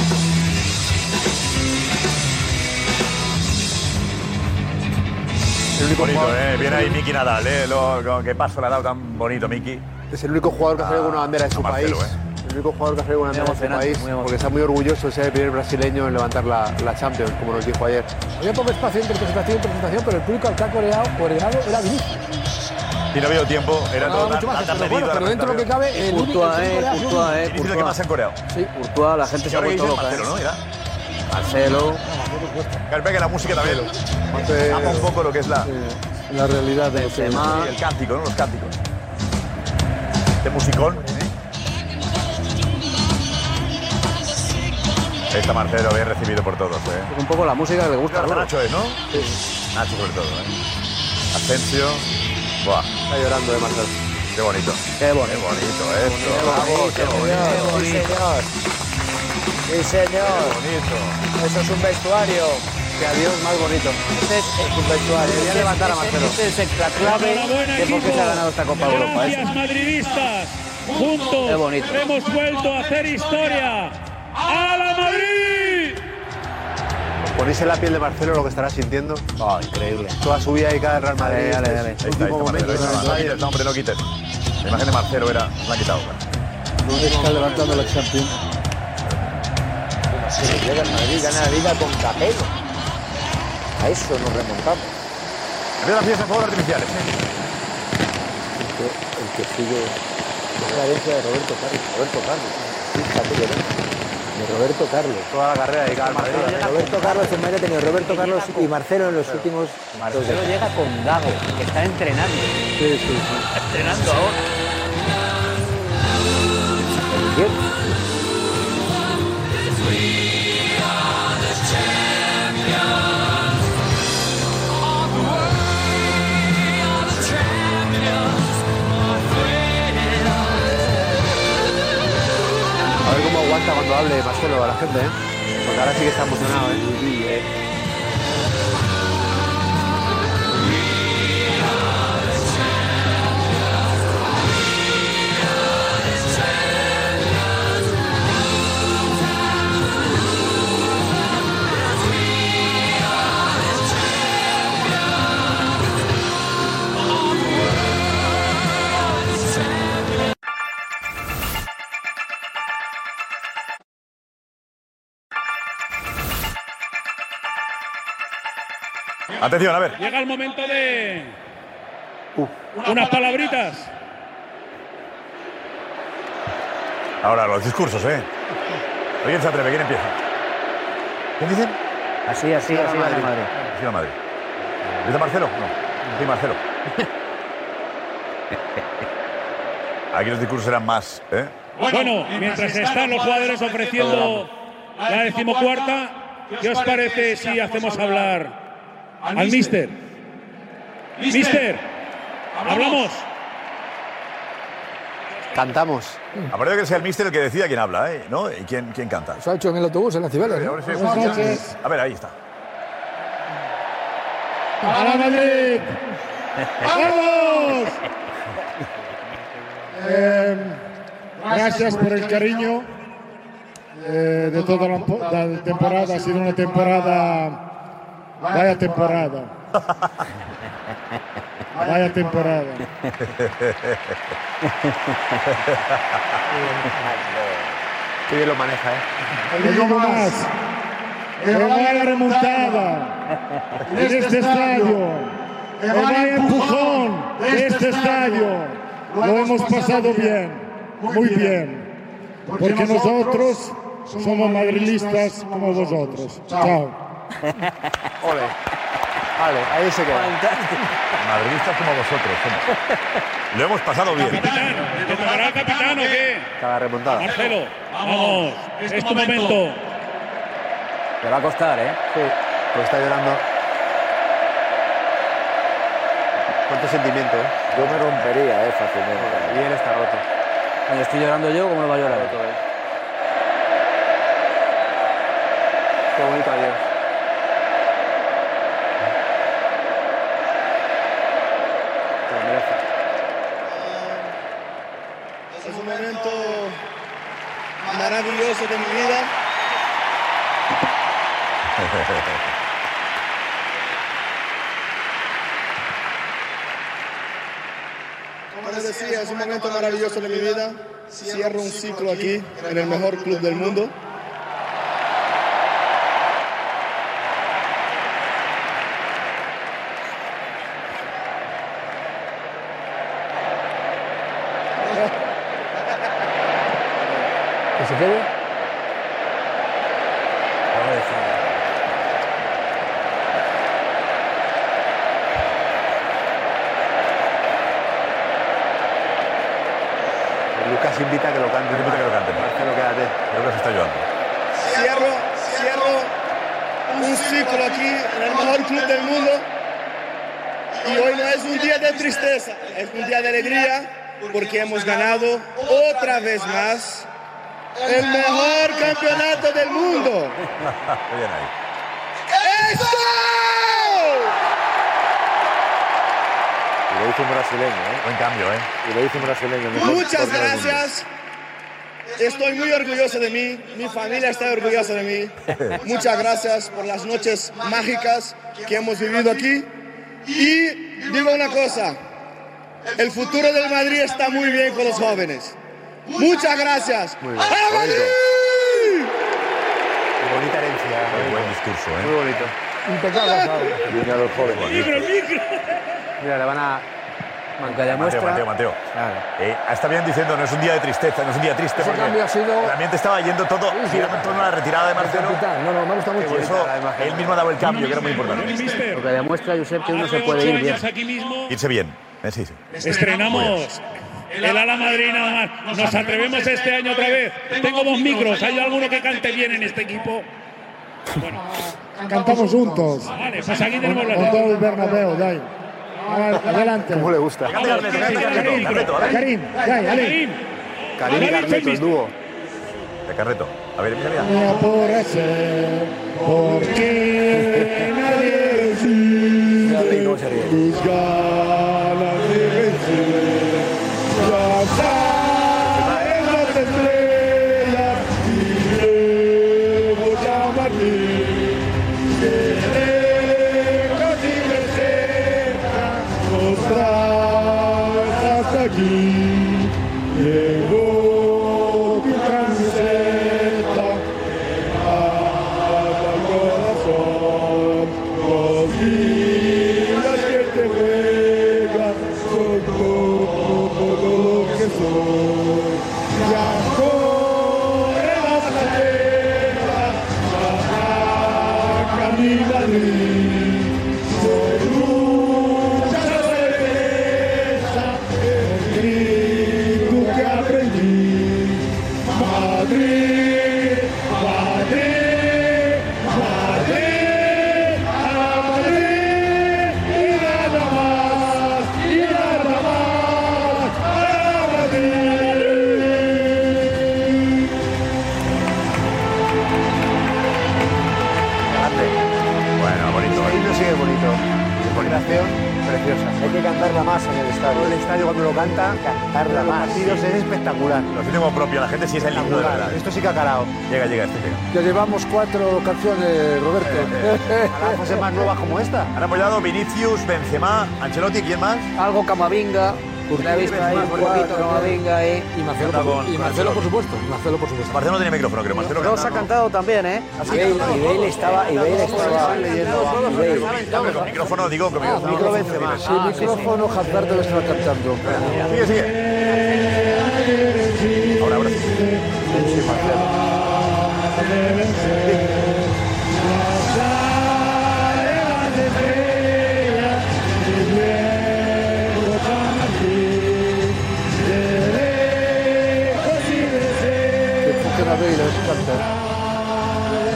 [SPEAKER 7] El único
[SPEAKER 1] Bonito,
[SPEAKER 7] jugador-
[SPEAKER 1] ¿eh? Viene ahí Miki Nadal, ¿eh? Lo, lo- qué paso le ha dado tan bonito, Miki.
[SPEAKER 7] Es el único jugador que ha fregado una bandera de su
[SPEAKER 1] a Marcelo,
[SPEAKER 7] país. El único jugador que ha fregado una bandera de su
[SPEAKER 11] emocionante,
[SPEAKER 7] país.
[SPEAKER 11] muy emocionante.
[SPEAKER 7] Porque está muy orgulloso de ser el primer brasileño en levantar la, la Champions, como nos dijo ayer.
[SPEAKER 4] Había poco espacio entre presentación y presentación, pero el público al que ha coreado, coreado era Vinicius.
[SPEAKER 1] Y no ha habido tiempo. Era
[SPEAKER 4] No,
[SPEAKER 1] todo tan,
[SPEAKER 4] mucho más,
[SPEAKER 1] tan
[SPEAKER 4] pero
[SPEAKER 1] perdido
[SPEAKER 4] bueno,
[SPEAKER 1] la
[SPEAKER 4] pero dentro de lo que
[SPEAKER 1] presentación.
[SPEAKER 4] cabe, el único
[SPEAKER 11] Courtois,
[SPEAKER 4] que
[SPEAKER 11] eh,
[SPEAKER 4] coreaba es
[SPEAKER 11] Courtois, eh,
[SPEAKER 1] ¿Quién dice el que más han coreado?
[SPEAKER 11] Courtois, la gente
[SPEAKER 1] Y
[SPEAKER 11] se ha
[SPEAKER 1] ahora que
[SPEAKER 11] vuelto
[SPEAKER 1] dice
[SPEAKER 11] loca,
[SPEAKER 1] Marcelo,
[SPEAKER 11] ¿eh?
[SPEAKER 1] ¿no? Era.
[SPEAKER 11] Marcelo.
[SPEAKER 1] Calpe que la música también tapa un poco lo que es la,
[SPEAKER 10] La realidad de este lo que
[SPEAKER 11] Benzema.
[SPEAKER 1] el cántico, ¿no? Los cánticos. Este musicón. ¿eh? Esta Marcelo bien recibido por todos, ¿eh?
[SPEAKER 11] Un poco la música que le gusta a
[SPEAKER 1] Hasta
[SPEAKER 11] Lobo.
[SPEAKER 1] Nacho es, ¿no? Nacho sobre todo, ¿eh? Asensio. Buah,
[SPEAKER 7] Está llorando de Marcelo.
[SPEAKER 1] qué bonito.
[SPEAKER 11] Qué
[SPEAKER 1] Qué
[SPEAKER 11] bonito.
[SPEAKER 1] bonito esto. Bravo, qué bonito.
[SPEAKER 8] Sí, señor. Sí, señor.
[SPEAKER 1] Qué bonito.
[SPEAKER 8] Eso es un vestuario.
[SPEAKER 7] Que adiós más bonito. Este es Debería levantar a Marcelo.
[SPEAKER 11] eh, Ese es el la clave
[SPEAKER 12] Enhorabuena,
[SPEAKER 11] de por qué se ha ganado esta Copa Europa. ¿eh?
[SPEAKER 12] Gracias, madridistas. Juntos
[SPEAKER 11] Qué bonito.
[SPEAKER 12] hemos vuelto a hacer historia. ¡A la Madrid!
[SPEAKER 7] ¿Os ponéis en la piel de Marcelo lo que estará sintiendo? increíble. Toda su vida y cada Real Madrid.
[SPEAKER 1] Ah, Dale, dale,
[SPEAKER 7] este es
[SPEAKER 1] dale. Ahí
[SPEAKER 7] el
[SPEAKER 1] está, ahí
[SPEAKER 7] último
[SPEAKER 1] está Marcelo,
[SPEAKER 7] momento.
[SPEAKER 1] ahí está. No quites, no, hombre, no quites. La imagen de Marcelo era, la ha quitado.
[SPEAKER 10] Está levantando la Champions.
[SPEAKER 8] Si llega el Madrid, gana la liga con Capello. A eso nos remontamos.
[SPEAKER 1] Mira las piezas de fuego artificiales.
[SPEAKER 8] El que, el que sigue es la herencia de Roberto Carlos. Roberto Carlos. Fíjate que no. De Roberto Carlos.
[SPEAKER 7] Toda la carrera dedicada al Madrid.
[SPEAKER 8] Roberto Carlos en Madrid ha tenido Roberto Carlos y Marcelo en los últimos.
[SPEAKER 11] Marcelo llega con Dago, que está entrenando.
[SPEAKER 10] Sí, sí, sí.
[SPEAKER 11] Está entrenando ahora.
[SPEAKER 7] A ver cómo aguanta cuando hable Marcelo a la gente, ¿eh? Porque ahora sí que está emocionado, ¿eh?
[SPEAKER 1] Atención, a ver. Uh.
[SPEAKER 12] Llega el momento de. Unas palabritas.
[SPEAKER 1] Ahora, los discursos, ¿eh? ¿Alguien se atreve? ¿Quién empieza? ¿Quién dicen?
[SPEAKER 11] Así, así, así gana el Madrid.
[SPEAKER 1] Así la Madrid. ¿Empieza Marcelo? No. Sí, Marcelo. Aquí los discursos eran más, ¿eh?
[SPEAKER 12] Bueno, mientras están los jugadores ofreciendo la decimocuarta, ¿qué os parece si hacemos hablar al mister? Mister, hablamos.
[SPEAKER 7] Cantamos.
[SPEAKER 1] Aparte de que sea el mister el que decida quién habla, ¿eh? ¿No? ¿Y quién, quién canta?
[SPEAKER 4] Se ha hecho en el autobús, en la cibela. ¿no?
[SPEAKER 1] Ahora sí.
[SPEAKER 4] Buenas noches.
[SPEAKER 1] A ver, ahí está.
[SPEAKER 12] ¡A la Madrid! ¡Vamos!
[SPEAKER 13] Eh, gracias por el cariño eh, de toda la, po- la temporada. Ha sido una temporada. Vaya temporada. Vaya temporada.
[SPEAKER 7] Qué bien lo maneja, ¿eh?
[SPEAKER 13] Te digo más. Que vaya remontada en este estadio. Que vaya empujón de este estadio. Lo hemos pasado bien, muy bien. Porque nosotros somos madrilistas como vosotros. Chao.
[SPEAKER 7] Ole. Vale, ahí se queda.
[SPEAKER 1] Madridistas como vosotros. somos. Lo hemos pasado bien.
[SPEAKER 12] ¿Te tocará el capitán o qué?
[SPEAKER 7] Cada remontada.
[SPEAKER 12] Marcelo, vamos, es tu momento.
[SPEAKER 7] Te va a costar, ¿eh? Sí. Pues está llorando. Cuánto sentimiento, ¿eh?
[SPEAKER 8] Yo me rompería, eh, fácilmente.
[SPEAKER 7] Y él está roto.
[SPEAKER 11] Cuando estoy llorando yo, ¿cómo me va a llorar?
[SPEAKER 7] Qué bonito adiós. Te lo merece.
[SPEAKER 14] Es un momento maravilloso de mi vida. Como les decía, es un momento maravilloso de mi vida. Cierro un ciclo aquí, en el mejor club del mundo.
[SPEAKER 4] ¿Que se quede?
[SPEAKER 7] Lucas invita a que lo cante. Invita que lo cante. Marcelo, quédate.
[SPEAKER 1] Creo que se está ayudando.
[SPEAKER 14] Cierro, cierro un ciclo aquí en el mejor club del mundo. Y hoy no es un día de tristeza, es un día de alegría porque hemos ganado otra vez más el mejor campeonato del mundo.
[SPEAKER 1] Bien ahí.
[SPEAKER 14] ¡Eh!
[SPEAKER 3] Y lo hizo un brasileño, ¿eh? Buen cambio, ¿eh? Y lo hizo un brasileño. mejor
[SPEAKER 14] Muchas
[SPEAKER 3] portero del mundo.
[SPEAKER 14] gracias. Estoy muy orgulloso de mí, mi familia está orgullosa de mí. Muchas gracias por las noches mágicas que hemos vivido aquí. Y digo una cosa, el futuro del Madrid está muy bien con los jóvenes. Muchas gracias.
[SPEAKER 3] Muy bien.
[SPEAKER 14] ¡Para Madrid!
[SPEAKER 3] Qué bonita herencia. Muy buen discurso, ¿eh? Muy bonito.
[SPEAKER 10] Impecable.
[SPEAKER 3] Viene a los jóvenes.
[SPEAKER 1] Mira, le van a.
[SPEAKER 11] Mancalla
[SPEAKER 1] Mateo,
[SPEAKER 11] muestra.
[SPEAKER 1] Mateo, Mateo. Eh, está bien diciendo, no es un día de tristeza, no es un día triste.
[SPEAKER 4] Ese
[SPEAKER 1] porque
[SPEAKER 4] cambio ha sido-
[SPEAKER 1] El ambiente estaba yendo todo,
[SPEAKER 4] Sí, sí.
[SPEAKER 1] girando en torno a la retirada de
[SPEAKER 4] El
[SPEAKER 1] Marcelo.
[SPEAKER 4] capitán. No, no, me gusta
[SPEAKER 1] Que
[SPEAKER 4] mucho.
[SPEAKER 1] por eso él mismo ha dado el cambio, que era muy importante.
[SPEAKER 11] Lo que demuestra, Josep, que uno se puede ir bien.
[SPEAKER 12] aquí mismo.
[SPEAKER 1] Irse bien. Eh, sí, sí.
[SPEAKER 12] Estrenamos el ala madrina. Omar. Nos atrevemos este año otra vez. Tengo dos micros. ¿Hay alguno que cante bien en este equipo?
[SPEAKER 13] Cantamos juntos.
[SPEAKER 12] Vale, pues aquí tenemos
[SPEAKER 13] Con
[SPEAKER 12] la
[SPEAKER 13] todo el Bernabéu, dai. Ah, Adelante. ¿Cómo le gusta?
[SPEAKER 1] Carleto, Carleto, a ver.
[SPEAKER 13] Karim, dai, Ale.
[SPEAKER 1] Karim y
[SPEAKER 13] Karim,
[SPEAKER 1] Carleto,
[SPEAKER 13] Karim.
[SPEAKER 1] el dúo. De Carleto. A ver, mira, mira.
[SPEAKER 13] Me aborrece porque nadie decide tus ganas de vencer. Ya salen las estrellas y debo llamarte. De lejos y de cerca nos traes hasta aquí. Llegó tu camiseta al corazón los días que te juegan con todo, todo lo que soy. Ya corre más la tierra, ya arranca mi Madrid. Soy lucha, soy belleza, el grito que aprendí. Madrid, Madrid, Madrid, a Madrid, y nada más, y nada más, a Madrid.
[SPEAKER 1] Bueno, bonito.
[SPEAKER 7] El himno sigue bonito. Inspiración preciosa. Hay que cantarla más en el estadio. el estadio cuando lo canta, cantarla más. Los partidos es espectacular.
[SPEAKER 1] Lo tengo propio, la gente sí es el himno de verdad.
[SPEAKER 7] Esto sí que ha calado.
[SPEAKER 1] Llega, llega este, llega.
[SPEAKER 10] Ya llevamos cuatro canciones, Roberto.
[SPEAKER 7] Ojalá fuesen más nuevas como esta.
[SPEAKER 1] Han apoyado Vinicius, Benzema, Ancelotti, ¿quién más?
[SPEAKER 11] Algo Camavinga. La he visto ahí un poquito Camavinga ahí.
[SPEAKER 4] Y Marcelo,
[SPEAKER 1] Anda
[SPEAKER 4] por,
[SPEAKER 1] con-
[SPEAKER 4] y Marcelo, por supuesto. y Marcelo, por supuesto.
[SPEAKER 1] Marcelo no tiene micrófono, creo. Marcelo
[SPEAKER 11] Ross ha cantado también, ¿eh?
[SPEAKER 8] Y Bale estaba, y Bale estaba y Bale.
[SPEAKER 1] Con micrófono, digo, con micrófono.
[SPEAKER 10] Sí, micrófono, Hazard te lo estaba cantando.
[SPEAKER 1] Sigue, sigue. Ahora, ahora sí.
[SPEAKER 10] Que funciona Bale, a ver si canta.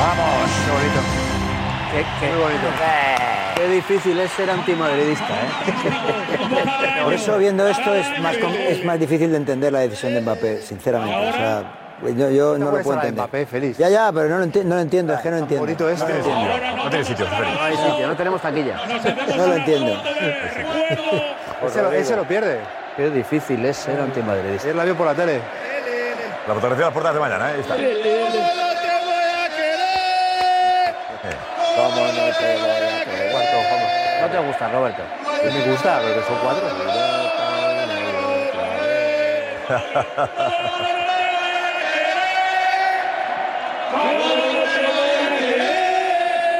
[SPEAKER 1] Vamos.
[SPEAKER 11] Qué bonito. Qué, Muy bonito. Qué difícil es ser antimadridista, ¿eh?
[SPEAKER 8] Por eso, viendo esto, es más, com- es más difícil de entender la decisión de Mbappé, sinceramente. O sea, pues yo, yo no lo
[SPEAKER 7] puedes
[SPEAKER 8] puedo
[SPEAKER 7] hablar de
[SPEAKER 8] entender.
[SPEAKER 7] Mbappé, feliz.
[SPEAKER 8] Ya, ya, pero no lo, enti- no lo entiendo, es que no entiendo.
[SPEAKER 7] bonito es.
[SPEAKER 8] no lo entiendo.
[SPEAKER 1] No tiene sitio, Félix.
[SPEAKER 11] No hay sitio, no tenemos taquilla.
[SPEAKER 8] No lo entiendo.
[SPEAKER 7] Ese lo, ese lo pierde.
[SPEAKER 11] Qué difícil es ser antimadridista.
[SPEAKER 7] Ayer la vio por la tele.
[SPEAKER 1] La fotografía de las puertas de mañana, ¿eh? Ahí está.
[SPEAKER 8] ¿Cómo no te voy a querer?
[SPEAKER 7] Cuarto, vamos.
[SPEAKER 11] No te gusta, Roberto.
[SPEAKER 7] Que Me gusta, pero que son cuatro.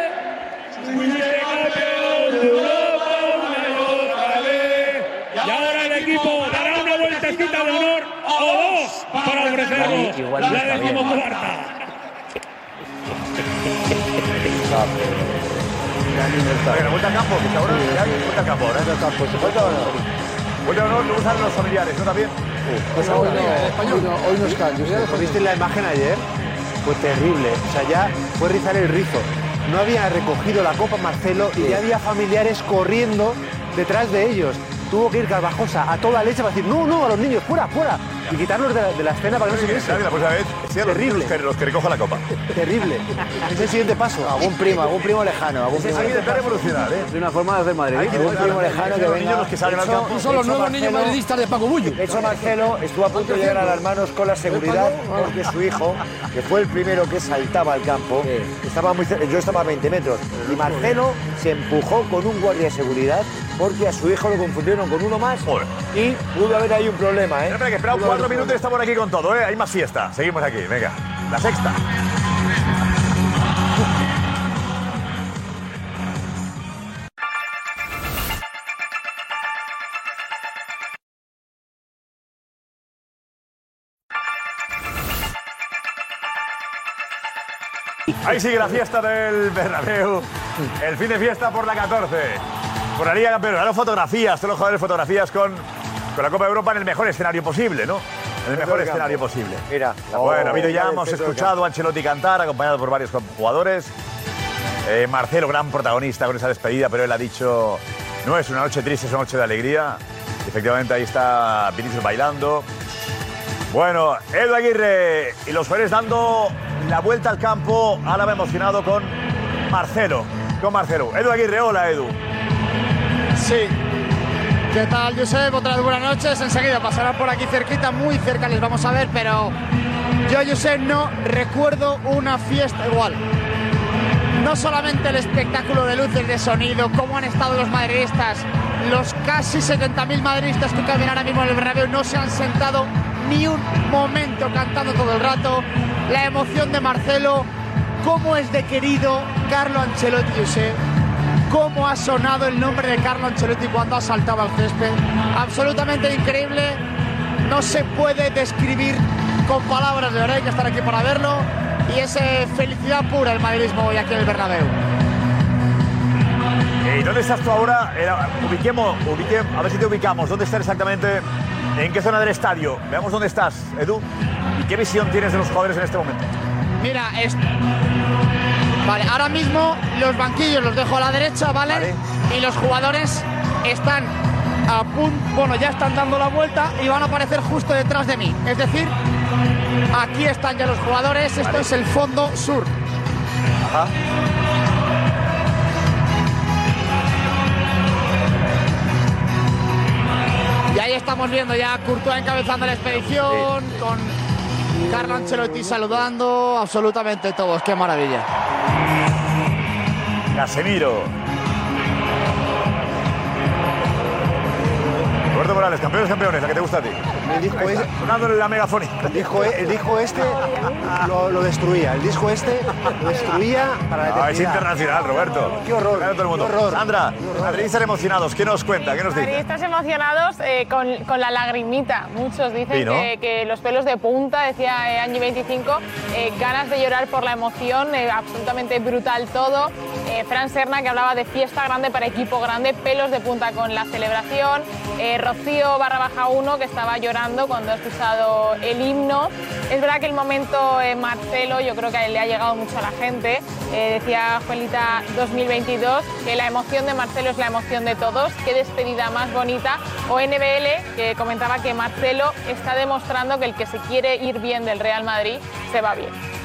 [SPEAKER 12] Fuiste campeón de Europa una y otra vez. Y ahora el equipo dará una vueltecita de honor o dos para ofrecernos
[SPEAKER 11] Ahí igual no
[SPEAKER 12] la
[SPEAKER 11] está bien.
[SPEAKER 12] decimocuarta.
[SPEAKER 1] Venga, vuelta al campo, que ahora ya hay vuelta al campo. Ahora vuelta al campo. Vuelta al honor. Vuelta al honor, lo usan los familiares, ¿no? También.
[SPEAKER 10] Pues hoy no, hoy no, hoy no es Cádiz.
[SPEAKER 7] ¿Visteis la imagen ayer? Fue terrible. O sea, ya fue rizar el rizo. No había recogido la copa Marcelo y ya había familiares corriendo detrás de ellos. Tuvo que ir Carvajosa a toda leche para decir, no, no, a los niños, fuera, fuera. Y quitarlos de la, de la escena para que no se viesen.
[SPEAKER 1] La próxima vez, sean los
[SPEAKER 7] Terrible.
[SPEAKER 1] niños los que, los que recojan la copa.
[SPEAKER 7] Terrible. Es el siguiente paso.
[SPEAKER 8] Algún primo, algún primo lejano. Algún primo
[SPEAKER 1] Hay que intentar evolucionar, ¿eh?
[SPEAKER 11] De una forma de hacer Madrid.
[SPEAKER 8] Hay que intentar evolucionar.
[SPEAKER 1] Los niños los que salgan al campo.
[SPEAKER 8] Son los nuevos niños madridistas
[SPEAKER 4] de Paco Bullo.
[SPEAKER 8] De hecho, Marcelo estuvo a punto de llegar a las manos con la seguridad porque su hijo, que fue el primero que saltaba al campo, estaba muy cer- yo estaba a 20 metros, y Marcelo se empujó con un guardia de seguridad porque a su hijo lo confundieron con uno más y pudo haber ahí un problema, ¿eh?
[SPEAKER 1] Espera, que espera
[SPEAKER 8] Pudo haber
[SPEAKER 1] cuatro
[SPEAKER 8] un
[SPEAKER 1] minutos y estamos aquí con todo, ¿eh? Hay más fiesta. Seguimos aquí, venga. La sexta. Ahí sigue la fiesta del Bernabéu. El fin de fiesta por la 14. Por la Liga Campeones. Ahora fotografías, todos los jugadores fotografías con, con la Copa de Europa en el mejor escenario posible, ¿no? En el mejor
[SPEAKER 8] del campo.
[SPEAKER 1] escenario posible.
[SPEAKER 8] Mira, la
[SPEAKER 1] Bueno,
[SPEAKER 8] bola
[SPEAKER 1] ha habido Oh, ya,
[SPEAKER 8] del
[SPEAKER 1] hemos
[SPEAKER 8] centro del
[SPEAKER 1] escuchado a Ancelotti cantar, acompañado por varios jugadores. Eh, Marcelo, gran protagonista con esa despedida, pero él ha dicho, no es una noche triste, es una noche de alegría. Y Efectivamente, ahí está Vinicius bailando. Bueno, Edu Aguirre y los jugadores dando la vuelta al campo, Álava emocionado con Marcelo. Con Marcelo. Edu Aguirre, hola Edu.
[SPEAKER 6] Sí. ¿Qué tal, Josep? Otra vez buenas noches. Enseguida pasarán por aquí cerquita, muy cerca les vamos a ver, pero yo, Josep, no recuerdo una fiesta igual. No solamente el espectáculo de luces, de sonido, cómo han estado los madridistas, los casi 70.000 madridistas que caminan ahora mismo en el Bernabéu no se han sentado ni un momento cantando todo el rato, la emoción de Marcelo, cómo es de querido Carlo Ancelotti, Josep cómo ha sonado el nombre de Carlo Ancelotti cuando ha saltado al césped. Absolutamente increíble. No se puede describir con palabras, de verdad hay que estar aquí para verlo. Y es eh, felicidad pura el madridismo hoy aquí en el Bernabéu.
[SPEAKER 1] ¿Y dónde estás tú ahora? Era- ubiquemos, ubique- a ver si te ubicamos. ¿Dónde estás exactamente? ¿En qué zona del estadio? Veamos dónde estás, Edu. ¿Y qué visión tienes de los jugadores en este momento?
[SPEAKER 6] Mira, es... Vale, ahora mismo los banquillos los dejo a la derecha, ¿vale? Y los jugadores están a punto... Bueno, ya están dando la vuelta y van a aparecer justo detrás de mí. Es decir, aquí están ya los jugadores. Esto es el fondo sur.
[SPEAKER 1] Ajá.
[SPEAKER 6] Y ahí estamos viendo ya a Courtois encabezando la expedición, con Carlo Ancelotti saludando, absolutamente todos, qué maravilla.
[SPEAKER 1] Casemiro. Roberto Morales, campeones, campeones, la que te gusta a ti.
[SPEAKER 7] El disco,
[SPEAKER 1] Ahí
[SPEAKER 7] es-
[SPEAKER 1] está, sonándole la megafonía.
[SPEAKER 7] el disco- el disco este lo, lo destruía. El disco este lo destruía para la
[SPEAKER 1] Ah, es
[SPEAKER 7] eternidad.
[SPEAKER 1] internacional, Roberto. Qué horror. todo el mundo. Sandra, madridistas emocionados, ¿qué nos cuenta? ¿Qué nos dice?
[SPEAKER 2] Madridistas emocionados eh, con, con la lagrimita. Muchos dicen
[SPEAKER 1] Sí, ¿no?
[SPEAKER 2] que, que los pelos de punta, decía eh, Angie 25, eh, ganas de llorar por la emoción, eh, absolutamente brutal todo. Eh, Fran Serna que hablaba de fiesta grande para equipo grande, pelos de punta con la celebración. Eh, Rocío barra baja 1 que estaba llorando cuando ha escuchado el himno. Es verdad que el momento eh, Marcelo yo creo que le ha llegado mucho a la gente. Eh, decía Juelita 2022 que la emoción de Marcelo es la emoción de todos. Qué despedida más bonita. O NBL que comentaba que Marcelo está demostrando que el que se quiere ir bien del Real Madrid se va bien.